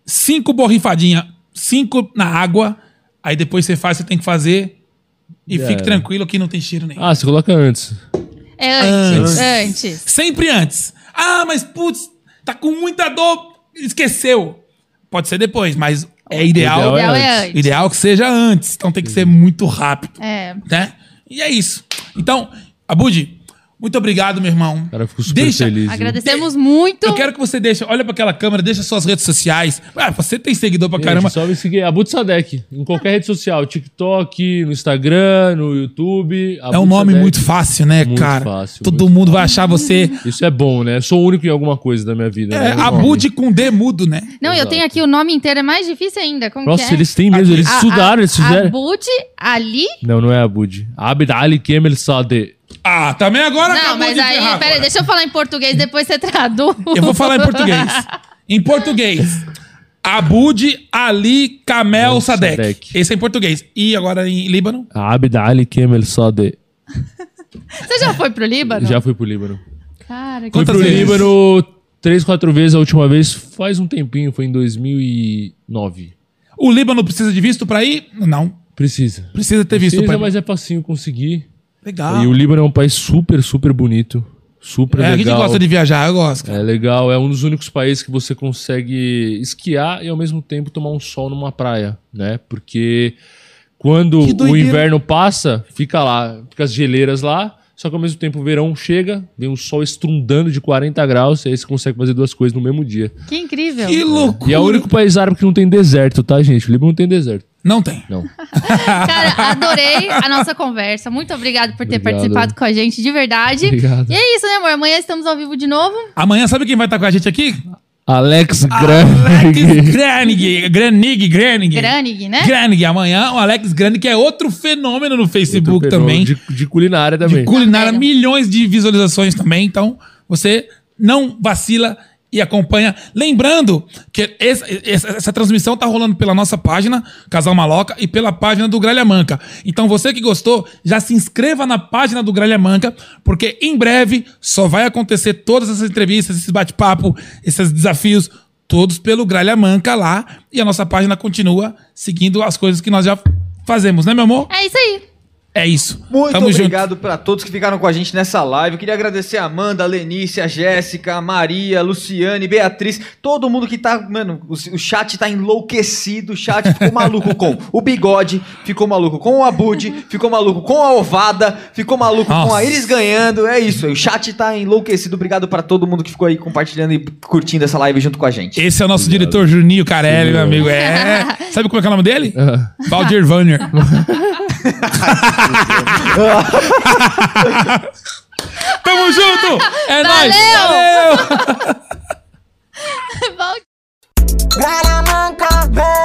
cinco borrifadinhas, cinco na água, aí depois você faz o que tem que fazer e Já fique era. tranquilo que não tem cheiro nenhum. Ah, você coloca antes. É antes. Antes. Sempre antes. Ah, mas putz, tá com muita dor, esqueceu. Pode ser depois, mas é O ideal. ideal Ideal é é antes. antes. Ideal que seja antes, então tem que ser muito rápido, É. né? E é isso. Então, Abud, muito obrigado, meu irmão. Cara, eu fico super Deixa- feliz. viu? Agradecemos muito. Eu quero que você deixe, olha pra aquela câmera, deixa suas redes sociais. Ah, você tem seguidor pra Gente, caramba. Só me seguir. Abut Sadek. Em qualquer rede social. TikTok, no Instagram, no YouTube. É um Abud nome Sadek. muito fácil, né, Muito cara? fácil, Todo muito mundo vai achar você. Isso é bom, né? Eu sou único em alguma coisa da minha vida. É, né? Abud com D mudo, né? Não, eu tenho aqui o nome inteiro, é mais difícil ainda. Como Nossa, que é? eles têm mesmo. Eles A- estudaram, a- eles fizeram. Abud Ali. Não, não é Abud. Abd Ali Kemel Sade. Ah, também agora Não, acabou mas de aí, ferrar peraí, agora. deixa eu falar em português, depois você traduz. Eu vou falar em português. Em português. Abud Ali Kamel Sadek. Sadek. Esse é em português. E agora em Líbano? Abd Ali Kemel Sade. *laughs* Você já foi pro Líbano? Já fui pro Líbano. Cara, que Fui Quantas pro vezes? Líbano três, quatro vezes. A última vez faz um tempinho. Foi em 2009. O Líbano precisa de visto pra ir? Não. Precisa. Precisa ter visto pra Precisa, ir. mas é facinho conseguir. Legal. E o Líbano é um país super, super bonito. Super Ah. É, a gente legal. gosta de viajar, eu gosto. cara. É legal, é um dos únicos países que você consegue esquiar e ao mesmo tempo tomar um sol numa praia, né? Porque quando Que o doideira. inverno passa, fica lá, fica as geleiras lá, só que ao mesmo tempo o verão chega, vem um sol estrundando de 40 graus, e aí você consegue fazer duas coisas no mesmo dia. Que incrível. Que loucura. E é o único país árabe que não tem deserto, tá, gente? O Líbano não tem deserto. Não tem. *laughs* Não. Cara, adorei a nossa conversa. Muito obrigado por ter Obrigado. participado com a gente, de verdade. Obrigado. E é isso, né, amor? Amanhã estamos ao vivo de novo. Amanhã sabe quem vai estar com a gente aqui? Alex *laughs* Grande. Alex Granig. Granig, Granig. Granig, né? Granig. Amanhã o Alex Granig, que é outro fenômeno no Facebook também. De, de culinária também. de culinária, Também. milhões de visualizações também. Então, você não vacila e acompanha. Lembrando que essa, essa- essa transmissão tá rolando pela nossa página, Casal Maloca, e pela página do Gralha Manca. Então, você que gostou, já se inscreva na página do Gralha Manca, porque em breve só vai acontecer todas essas entrevistas, esses bate-papo, esses desafios, todos pelo Gralha Manca lá. E a nossa página continua seguindo as coisas que nós já fazemos, né, meu amor? É isso aí. É isso. Muito Tamo junto. obrigado pra todos que ficaram com a gente nessa live. Eu queria agradecer a Amanda, a Lenice, a Jéssica, a Maria, a Luciane, Beatriz, todo mundo que tá. Mano, o, o chat tá enlouquecido. O chat ficou *laughs* maluco com o bigode, ficou maluco com o Abud, ficou maluco com a ovada, ficou maluco com Nossa. a Iris ganhando. É isso aí. O chat tá enlouquecido. Obrigado pra todo mundo que ficou aí compartilhando e curtindo essa live junto com a gente. Esse é o nosso diretor Juninho Carelli, meu amigo. É. Sabe como é que é o nome dele? Ah. Valdir Vanner. Tamo junto! É Valeu! nóis! Valeu! Volte. Daramanca, vem